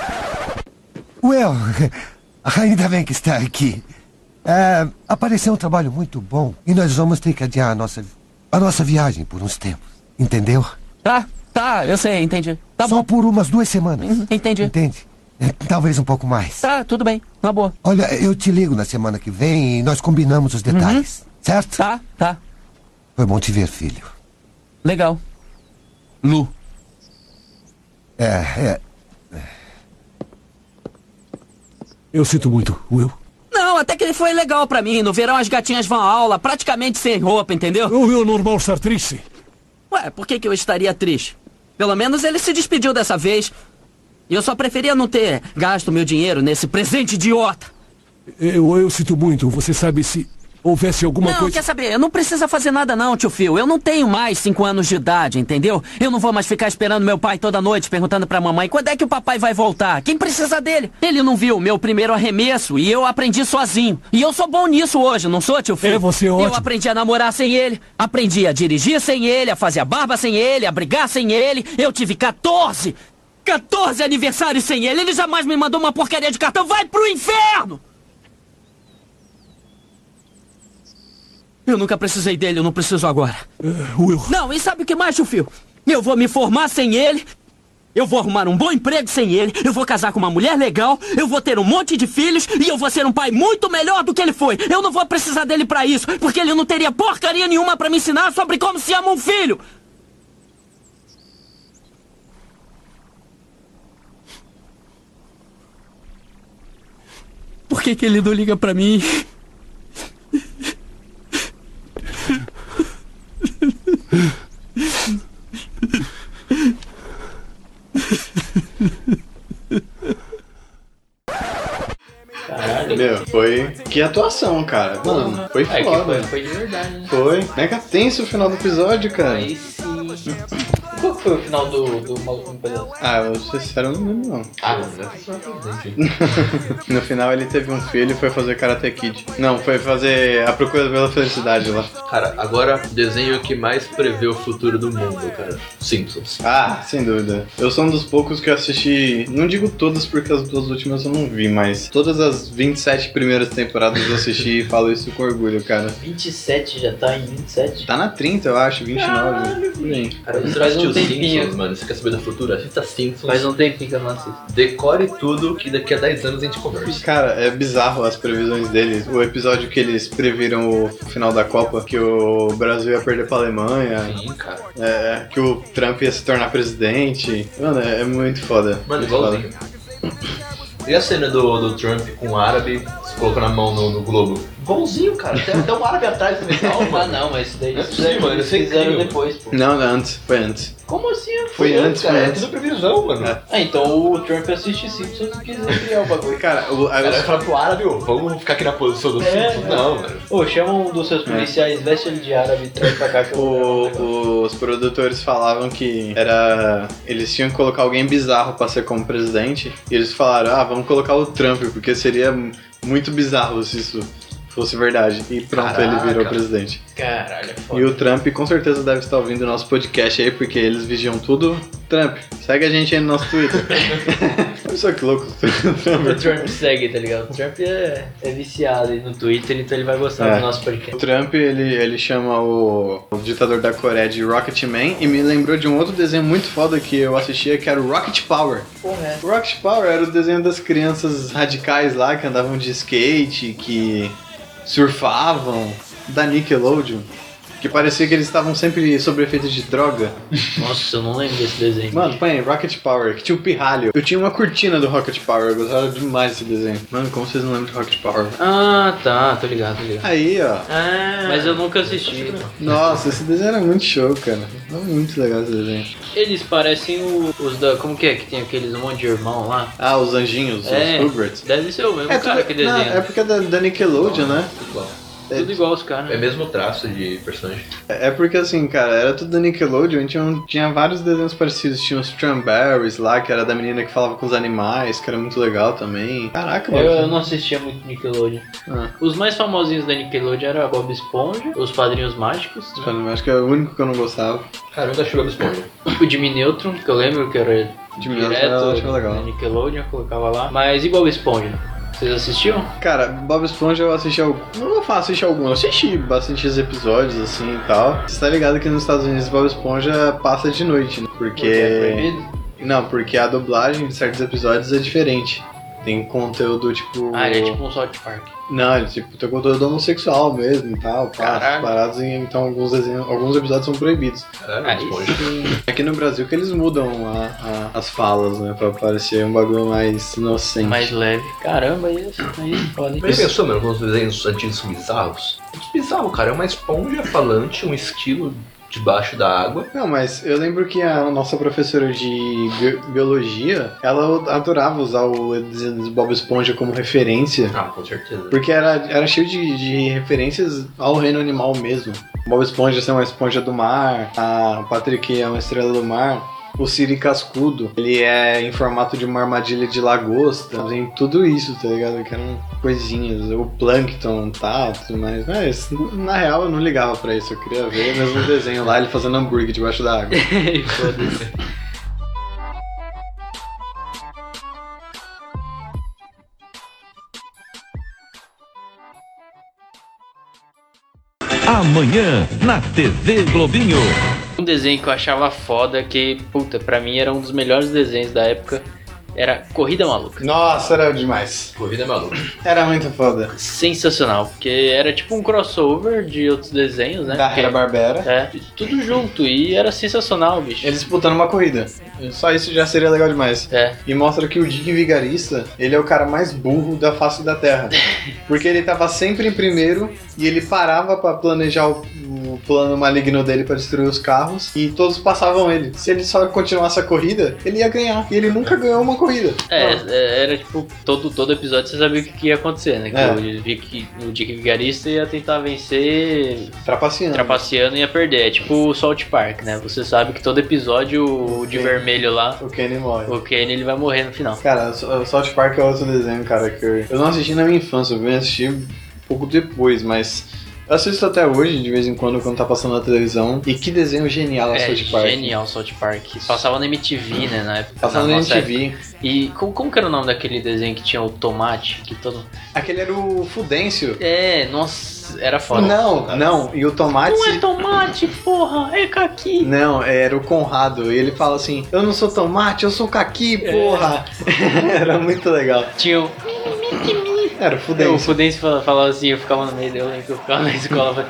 [SPEAKER 11] Well, ainda bem que está aqui. É, apareceu um trabalho muito bom e nós vamos ter que adiar a nossa, a nossa viagem por uns tempos. Entendeu?
[SPEAKER 10] Tá, tá, eu sei, entendi. Tá Uhum,
[SPEAKER 11] Só por umas duas semanas.
[SPEAKER 10] entendi.
[SPEAKER 11] Entende? É, Talvez um pouco mais.
[SPEAKER 10] Tá, tudo bem, na boa.
[SPEAKER 11] Olha, eu te ligo na semana que vem e nós combinamos os detalhes. Certo?
[SPEAKER 10] Tá, tá,
[SPEAKER 11] Foi bom te ver, filho.
[SPEAKER 10] legal. Lu.
[SPEAKER 11] É, é.
[SPEAKER 10] Eu sinto muito, Will. Não, até que ele foi legal pra mim. No verão as gatinhas vão à aula, praticamente sem roupa, entendeu?
[SPEAKER 11] O meu normal estar triste.
[SPEAKER 10] Ué, por que, que eu estaria triste? Pelo menos ele se despediu dessa vez. E eu só preferia não ter gasto meu dinheiro nesse presente idiota.
[SPEAKER 12] Eu, eu sinto muito. Você sabe se houvesse alguma
[SPEAKER 10] não,
[SPEAKER 12] coisa.
[SPEAKER 10] quer saber? Não precisa fazer nada não, tio Phil. Eu não tenho mais cinco anos de idade, entendeu? Eu não vou mais ficar esperando meu pai toda noite, perguntando pra mamãe quando é que o papai vai voltar. Quem precisa dele? Ele não viu o meu primeiro arremesso e eu aprendi sozinho. E eu sou bom nisso hoje, não sou, tio Phil?
[SPEAKER 12] É, você é
[SPEAKER 10] Eu
[SPEAKER 12] ótimo.
[SPEAKER 10] aprendi a namorar sem ele, aprendi a dirigir sem ele, a fazer a barba sem ele, a brigar sem ele. Eu tive 14... 14 aniversários sem ele, ele jamais me mandou uma porcaria de cartão. Vai pro inferno! Eu nunca precisei dele, eu não preciso agora.
[SPEAKER 12] É, Will.
[SPEAKER 10] Não, e sabe o que mais, tio Phil? Eu vou me formar sem ele. Eu vou arrumar um bom emprego sem ele. Eu vou casar com uma mulher legal. Eu vou ter um monte de filhos. E eu vou ser um pai muito melhor do que ele foi. Eu não vou precisar dele pra isso. Porque ele não teria porcaria nenhuma pra me ensinar sobre como se ama um filho. Por que, que ele não liga pra mim?
[SPEAKER 2] Caralho. Meu, foi. Que atuação, cara. Mano, foi
[SPEAKER 4] É, que
[SPEAKER 2] foda.
[SPEAKER 4] foi, foi de verdade, né?
[SPEAKER 2] Foi. Mega tenso o final do episódio, cara.
[SPEAKER 4] Aí sim. Qual que foi o final do, do Maluco no Pedaço?
[SPEAKER 2] Ah, eu vou ser sincero, eu não lembro não.
[SPEAKER 4] Ah, não.
[SPEAKER 2] no final ele teve um filho e foi fazer Karate Kid. Não, foi fazer a procura pela felicidade lá.
[SPEAKER 3] Cara, agora o desenho que mais prevê o futuro do mundo, cara. Simpsons.
[SPEAKER 2] Ah, sem dúvida. Eu sou um dos poucos que eu assisti, não digo todas porque as duas últimas eu não vi, mas todas as 27 primeiras temporadas eu assisti e falo isso com orgulho, cara.
[SPEAKER 4] 27 já tá em 27.
[SPEAKER 2] Tá na 30, eu acho, 29. Bem.
[SPEAKER 3] Cara, você
[SPEAKER 4] Faz um
[SPEAKER 3] assistiu
[SPEAKER 4] tempinho.
[SPEAKER 3] Simpsons, mano. Você quer saber do futuro? Assista Simpsons.
[SPEAKER 4] Faz um tempinho que eu não assisto.
[SPEAKER 3] Decore tudo que daqui a 10 anos a gente conversa.
[SPEAKER 2] Cara, é bizarro as previsões deles. O episódio que eles previram o final da Copa, que o Brasil ia perder pra Alemanha.
[SPEAKER 3] Sim, cara.
[SPEAKER 2] É, que o Trump ia se tornar presidente. Mano, é, é muito foda.
[SPEAKER 3] Mano,
[SPEAKER 2] muito
[SPEAKER 3] igualzinho.
[SPEAKER 2] foda.
[SPEAKER 3] E a cena do, do Trump com o árabe se colocando a mão no, no globo? Igualzinho, cara. Tem até um árabe atrás do metal,
[SPEAKER 4] Ah,
[SPEAKER 3] mano.
[SPEAKER 4] não, mas isso daí
[SPEAKER 3] Não é
[SPEAKER 4] isso daí
[SPEAKER 3] possível, mano, isso é
[SPEAKER 4] fizeram
[SPEAKER 3] incrível.
[SPEAKER 4] depois, pô.
[SPEAKER 2] Não, não, antes, foi antes.
[SPEAKER 4] Como assim?
[SPEAKER 2] Foi antes,
[SPEAKER 3] cara.
[SPEAKER 2] foi
[SPEAKER 3] É
[SPEAKER 2] antes.
[SPEAKER 3] tudo previsão, mano.
[SPEAKER 2] É.
[SPEAKER 4] Ah, então o Trump assiste Simpsons e quis criar o bagulho.
[SPEAKER 2] Cara, o, a-
[SPEAKER 3] Cara, vai falar pro árabe, ô, vamos ficar aqui na posição do
[SPEAKER 4] É,
[SPEAKER 2] né?
[SPEAKER 3] Simpsons?
[SPEAKER 4] é.
[SPEAKER 3] Não, mano.
[SPEAKER 4] Ô, chama um dos seus policiais, veste ele de árabe e traz pra cá que eu vou gravar um
[SPEAKER 2] o- os produtores falavam que era. Eles tinham que colocar alguém bizarro pra ser como presidente. E eles falaram, ah, vamos colocar o Trump, porque seria muito bizarro se isso fosse verdade. E pronto, ele virou
[SPEAKER 3] Caraca.
[SPEAKER 2] presidente.
[SPEAKER 4] negócio. Caralho, é foda.
[SPEAKER 2] E o Trump com certeza deve estar ouvindo o nosso podcast aí, porque eles vigiam tudo. Trump, segue a gente aí no nosso Twitter. Olha só que louco.
[SPEAKER 4] O
[SPEAKER 2] Trump.
[SPEAKER 4] Trump segue, tá ligado? O Trump é, é viciado aí no Twitter, então ele vai gostar
[SPEAKER 2] É.
[SPEAKER 4] do nosso
[SPEAKER 2] O
[SPEAKER 4] podcast.
[SPEAKER 2] Trump, ele, ele chama o, o ditador da Coreia de Rocketman e me lembrou de um outro desenho muito foda que eu assistia, que era o Rocket Power.
[SPEAKER 4] Porra, é.
[SPEAKER 2] O Rocket Power era o desenho das crianças radicais lá, que andavam de skate, que surfavam, da Nickelodeon, que parecia que eles estavam sempre sob efeito de droga.
[SPEAKER 4] Nossa, eu não lembro desse desenho.
[SPEAKER 2] Mano, põe aí, Rocket Power, que tinha o pirralho. Eu tinha uma cortina do Rocket Power, eu gostava demais desse desenho. Mano, como vocês não lembram de Rocket Power?
[SPEAKER 4] Ah, tá, tô ligado, tô ligado.
[SPEAKER 2] Aí, ó.
[SPEAKER 4] Ah, mas eu nunca assisti.
[SPEAKER 2] Nossa, esse desenho era muito show, cara. Era muito legal esse desenho.
[SPEAKER 4] Eles parecem o- os da. Como que é? Que tem aqueles monte de irmão lá?
[SPEAKER 2] Ah, os anjinhos,
[SPEAKER 4] É,
[SPEAKER 2] os Rugrats.
[SPEAKER 4] deve ser o mesmo
[SPEAKER 2] É
[SPEAKER 4] cara
[SPEAKER 2] tudo-
[SPEAKER 4] que
[SPEAKER 2] não,
[SPEAKER 4] desenha.
[SPEAKER 2] é porque é da, da Nickelodeon, né?
[SPEAKER 4] é tudo igual os caras.
[SPEAKER 3] É mesmo traço de personagem.
[SPEAKER 2] É porque assim, cara, era tudo da Nickelodeon, tinha, um, tinha vários desenhos parecidos. Tinha os Tramberries lá, que era da menina que falava com os animais, que era muito legal também. Caraca,
[SPEAKER 4] Eu,
[SPEAKER 2] mano.
[SPEAKER 4] eu não assistia muito Nickelodeon.
[SPEAKER 2] Ah.
[SPEAKER 4] Os mais famosinhos da Nickelodeon eram a Bob Esponja, os Padrinhos Mágicos,
[SPEAKER 2] Acho que é o único que eu não gostava.
[SPEAKER 3] Cara, eu nunca achei o Bob Esponja.
[SPEAKER 4] o Jimmy Neutron, que eu lembro que era
[SPEAKER 2] Jimmy Neutron eu
[SPEAKER 4] direto
[SPEAKER 2] achava legal.
[SPEAKER 4] da Nickelodeon, eu colocava lá. Mas igual Esponja, vocês assistiam?
[SPEAKER 2] Cara, Bob Esponja eu assisti algum. Não vou falar assistir algum, eu assisti bastante os episódios assim e tal. Você tá ligado que nos Estados Unidos Bob Esponja passa de noite, né? Porque.
[SPEAKER 4] proibido?
[SPEAKER 2] não, porque a dublagem de certos episódios é diferente. Tem conteúdo tipo.
[SPEAKER 4] Ah, ele é tipo um South Park.
[SPEAKER 2] Não, ele, tipo, tem conteúdo homossexual mesmo e tal. pá,
[SPEAKER 4] Caralho.
[SPEAKER 2] Parados em. Então alguns, desenhos- alguns episódios são proibidos.
[SPEAKER 3] Caralho,
[SPEAKER 4] Aí
[SPEAKER 3] Bob Esponja.
[SPEAKER 2] Aqui no Brasil que eles mudam a- a- as falas, né? Pra parecer um bagulho mais inocente.
[SPEAKER 4] Mais leve. Caramba, isso. Aí, foda, hein?
[SPEAKER 3] Mas pensou, é mano, nos desenhos antigos são bizarros? Muito bizarro, cara. É uma esponja falante, um estilo debaixo da água.
[SPEAKER 2] Não, mas eu lembro que a nossa professora de bi- biologia, ela adorava usar o desenho do Bob Esponja como referência.
[SPEAKER 3] Ah, com certeza.
[SPEAKER 2] Porque era, era cheio de, de referências ao reino animal mesmo. Bob Esponja ser uma esponja do mar, a Patrick é uma estrela do mar. O Siri Cascudo, ele é em formato de uma armadilha de lagosta. Tem tudo isso, tá ligado? Que eram coisinhas. O Plankton, tá, tudo mais. Mas, na real, eu não ligava pra isso. Eu queria ver mesmo o desenho lá, ele fazendo hambúrguer debaixo da água.
[SPEAKER 5] Amanhã, na TV Globinho.
[SPEAKER 4] Um desenho que eu achava foda, que, puta, pra mim era um dos melhores desenhos da época, era Corrida Maluca.
[SPEAKER 2] Nossa, era demais.
[SPEAKER 3] Corrida é Maluca.
[SPEAKER 2] Era muito foda.
[SPEAKER 4] Sensacional, porque era tipo um crossover de outros desenhos, né?
[SPEAKER 2] Da
[SPEAKER 4] Porque-
[SPEAKER 2] Hanna-Barbera.
[SPEAKER 4] É, tudo junto, e era sensacional, bicho.
[SPEAKER 2] Eles disputando uma corrida. Só isso já seria legal demais.
[SPEAKER 4] É.
[SPEAKER 2] E mostra que o Dick Vigarista, ele é o cara mais burro da face da Terra. Porque ele tava sempre em primeiro e ele parava pra planejar o, o plano maligno dele pra destruir os carros e todos passavam ele. Se ele só continuasse a corrida, ele ia ganhar. E ele nunca ganhou uma corrida.
[SPEAKER 4] É, é, era tipo, todo, todo episódio você sabia o que, que ia acontecer, né? Que
[SPEAKER 2] É.
[SPEAKER 4] o, Vic, o Dick Vigarista ia tentar vencer.
[SPEAKER 2] Trapaceando.
[SPEAKER 4] Trapaceando e ia perder. É tipo o Salt Park, né? Você sabe que todo episódio o de vermelho lá.
[SPEAKER 2] O Kenny morre.
[SPEAKER 4] O Kenny ele vai morrer no final.
[SPEAKER 2] Cara, o South Park é outro desenho, cara, que eu, eu não assisti na minha infância, eu vim assistir um pouco depois, mas eu assisto até hoje, de vez em quando, quando tá passando na televisão. E que desenho genial é,
[SPEAKER 4] É,
[SPEAKER 2] South Park.
[SPEAKER 4] genial South Park. Passava na MTV, né, na época.
[SPEAKER 2] Passava
[SPEAKER 4] na
[SPEAKER 2] na
[SPEAKER 4] nossa
[SPEAKER 2] MTV.
[SPEAKER 4] época. E como, como que era o nome daquele desenho que tinha o tomate? Que todo...
[SPEAKER 2] Aquele era o Fudêncio.
[SPEAKER 4] É, nossa, era foda.
[SPEAKER 2] Não, não, e o Tomate.
[SPEAKER 4] Não é tomate, porra, é caqui.
[SPEAKER 2] Não, era o Conrado. E ele fala assim: Eu não sou tomate, eu sou caqui, porra. era muito legal.
[SPEAKER 4] Tinha o.
[SPEAKER 2] Era o
[SPEAKER 4] O
[SPEAKER 2] Fudêncio.
[SPEAKER 4] Fudense fala- falava assim, eu ficava no meio, eu lembro que eu ficava na escola. falava,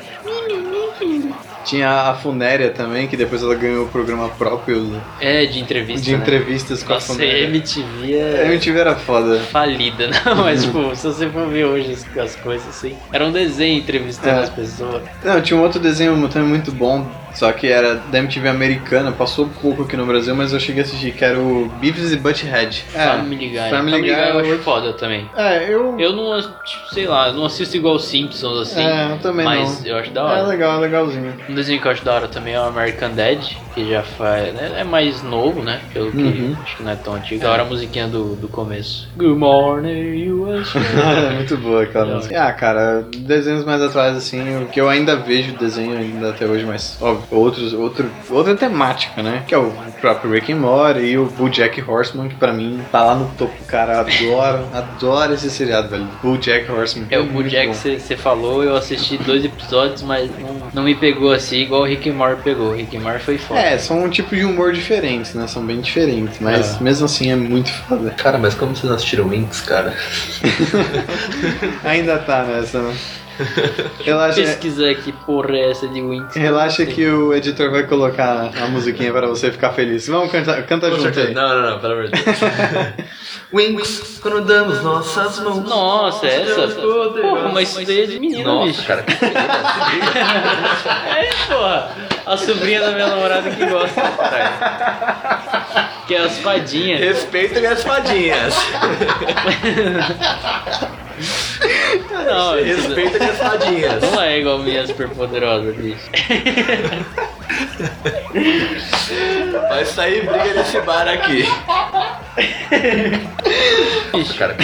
[SPEAKER 2] Tinha a Funéria também, que depois ela ganhou o programa próprio
[SPEAKER 4] É, de entrevista.
[SPEAKER 2] de
[SPEAKER 4] né?
[SPEAKER 2] entrevistas com
[SPEAKER 4] Nossa,
[SPEAKER 2] a Funéria.
[SPEAKER 4] MTV
[SPEAKER 2] A
[SPEAKER 4] é
[SPEAKER 2] MTV era foda.
[SPEAKER 4] falida, não? Mas, tipo, se você for ver hoje as, as coisas assim, era um desenho entrevistando
[SPEAKER 2] É.
[SPEAKER 4] as pessoas.
[SPEAKER 2] Não, tinha um outro desenho também muito bom, só que era da MTV americana, passou pouco aqui no Brasil, mas eu cheguei a assistir, que era o Beavis e Butthead. É,
[SPEAKER 4] Family Guy.
[SPEAKER 2] Family
[SPEAKER 4] Family
[SPEAKER 2] Guy
[SPEAKER 4] Guy eu
[SPEAKER 2] eu-
[SPEAKER 4] acho foda também.
[SPEAKER 2] É, eu.
[SPEAKER 4] Eu não, as- tipo, sei lá, eu não assisto igual os Simpsons assim.
[SPEAKER 2] É, eu também
[SPEAKER 4] Mas
[SPEAKER 2] não.
[SPEAKER 4] eu acho da hora.
[SPEAKER 2] É legal, é legalzinho.
[SPEAKER 4] Um desenho que eu acho da hora também é o American Dad, que já faz. né, é mais novo, né? Pelo que
[SPEAKER 2] Uhum.
[SPEAKER 4] acho que não é tão antigo. Da hora a musiquinha do, do começo. Good morning, USA.
[SPEAKER 2] É muito boa aquela
[SPEAKER 4] Não.
[SPEAKER 2] música. Ah, cara, desenhos mais atrás, assim, o que eu ainda vejo desenho ainda até hoje, mas óbvio, outros, outro, outra temática, né? Que é o próprio Rick and Morty e o BoJack Horseman, que pra mim tá lá no topo, cara, eu adoro, adoro esse seriado, velho. BoJack Horseman.
[SPEAKER 4] É o
[SPEAKER 2] muito
[SPEAKER 4] Bojack
[SPEAKER 2] bom.
[SPEAKER 4] que você falou, eu assisti dois episódios, mas não, não me pegou assim igual o Rick and Morty pegou. O Rick and Morty foi foda.
[SPEAKER 2] É, são um tipo de humor diferente, né? São bem diferentes, mas
[SPEAKER 3] É.
[SPEAKER 2] mesmo assim é muito foda.
[SPEAKER 3] Cara, mas como vocês não assistiram Winx, cara?
[SPEAKER 2] Ainda tá nessa, né? Relaxa,
[SPEAKER 4] Pesquisar que porra é essa de Winx.
[SPEAKER 2] relaxa que o editor vai colocar a musiquinha pra você ficar feliz. Vamos cantar, canta
[SPEAKER 3] Com
[SPEAKER 2] junto
[SPEAKER 3] certeza.
[SPEAKER 2] aí.
[SPEAKER 3] Não, não, não, pelo amor de Deus. Winx, quando damos nossas mãos.
[SPEAKER 4] Nossa, essa? Porra, uma estreia de menino,
[SPEAKER 3] Nossa,
[SPEAKER 4] bicho.
[SPEAKER 3] cara, que
[SPEAKER 4] É, porra. A sobrinha da minha namorada que gosta, caralho. Que é as fadinhas.
[SPEAKER 3] Respeitem as fadinhas.
[SPEAKER 4] Não, isso-
[SPEAKER 3] Respeitem as fadinhas.
[SPEAKER 4] Não é igual minha super poderosa, bicho.
[SPEAKER 3] Vai sair briga nesse bar aqui. Nossa, cara, que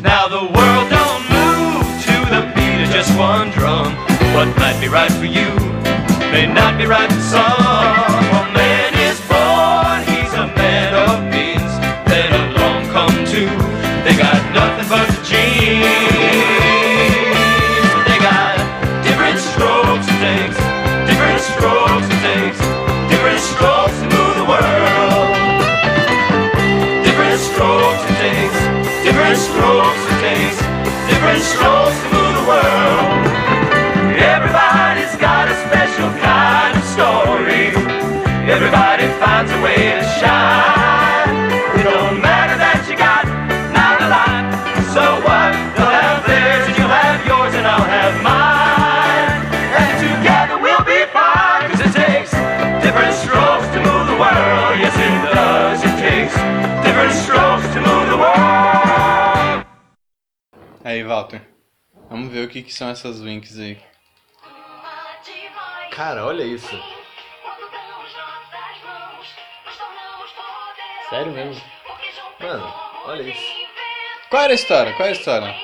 [SPEAKER 13] Now the world don't move to the beat of just one drum. What might be right for you may not be right for some. A man is born, he's a man of means. Then along come two, they got nothing but the genes. They got different strokes and things, different strokes and things, different strokes to move the world. Different strokes and things, different strokes and things, different strokes to move the world. Everybody's got a special kind of story.
[SPEAKER 2] aí, Walter. Vamos ver o que, que são essas winks aí.
[SPEAKER 3] Cara, olha isso.
[SPEAKER 4] Sério mesmo?
[SPEAKER 3] Mano, olha isso.
[SPEAKER 2] Qual era a história? Qual era a história?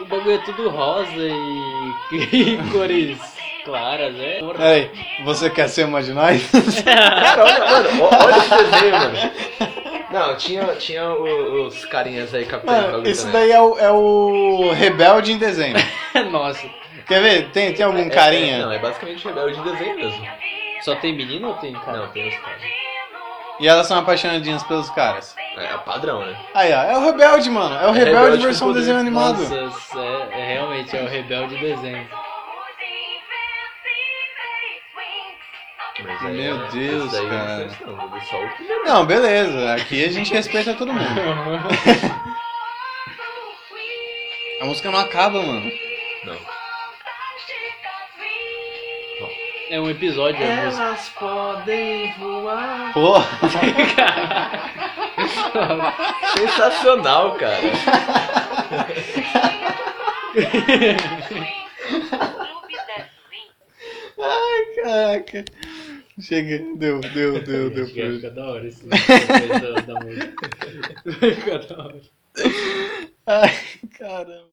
[SPEAKER 4] O bagulho é tudo rosa e, e cores claras, né?
[SPEAKER 2] Peraí, você quer ser uma de nós?
[SPEAKER 3] Cara, olha, mano, ó- olha esse desenho, mano. Não, tinha, tinha o- os carinhas aí capturando o
[SPEAKER 2] Mano,
[SPEAKER 3] bagulho
[SPEAKER 2] isso
[SPEAKER 3] também.
[SPEAKER 2] daí é o, é o rebelde em desenho.
[SPEAKER 4] Nossa.
[SPEAKER 2] Quer ver? Tem, tem algum
[SPEAKER 3] É, é, não,
[SPEAKER 2] carinha?
[SPEAKER 3] é basicamente rebelde em desenho mesmo. É,
[SPEAKER 4] Só tem menino ou tem cara?
[SPEAKER 3] Não, tem os caras.
[SPEAKER 2] É E elas são apaixonadinhas pelos caras.
[SPEAKER 3] É, é padrão, né?
[SPEAKER 2] Aí, ó, é o rebelde, mano. É o rebelde, versão desenho animado.
[SPEAKER 4] Nossa, é, é realmente é o rebelde desenho.
[SPEAKER 3] Mas aí,
[SPEAKER 2] Meu
[SPEAKER 3] né,
[SPEAKER 2] Deus,
[SPEAKER 3] isso daí eu
[SPEAKER 2] cara.
[SPEAKER 3] Não, sei se não, eu vi só o primeiro.
[SPEAKER 2] Não, beleza. Aqui a gente respeita todo mundo. A música não acaba, mano.
[SPEAKER 3] Não.
[SPEAKER 4] É um episódio a música.
[SPEAKER 3] podem voar.
[SPEAKER 2] Pô,
[SPEAKER 3] é Sensacional, cara.
[SPEAKER 2] Ai, caraca. Chega, deu, deu, deu, deu. pra hoje.
[SPEAKER 4] Fica da hora esse da, da música. Fica da hora.
[SPEAKER 2] Ai, caramba.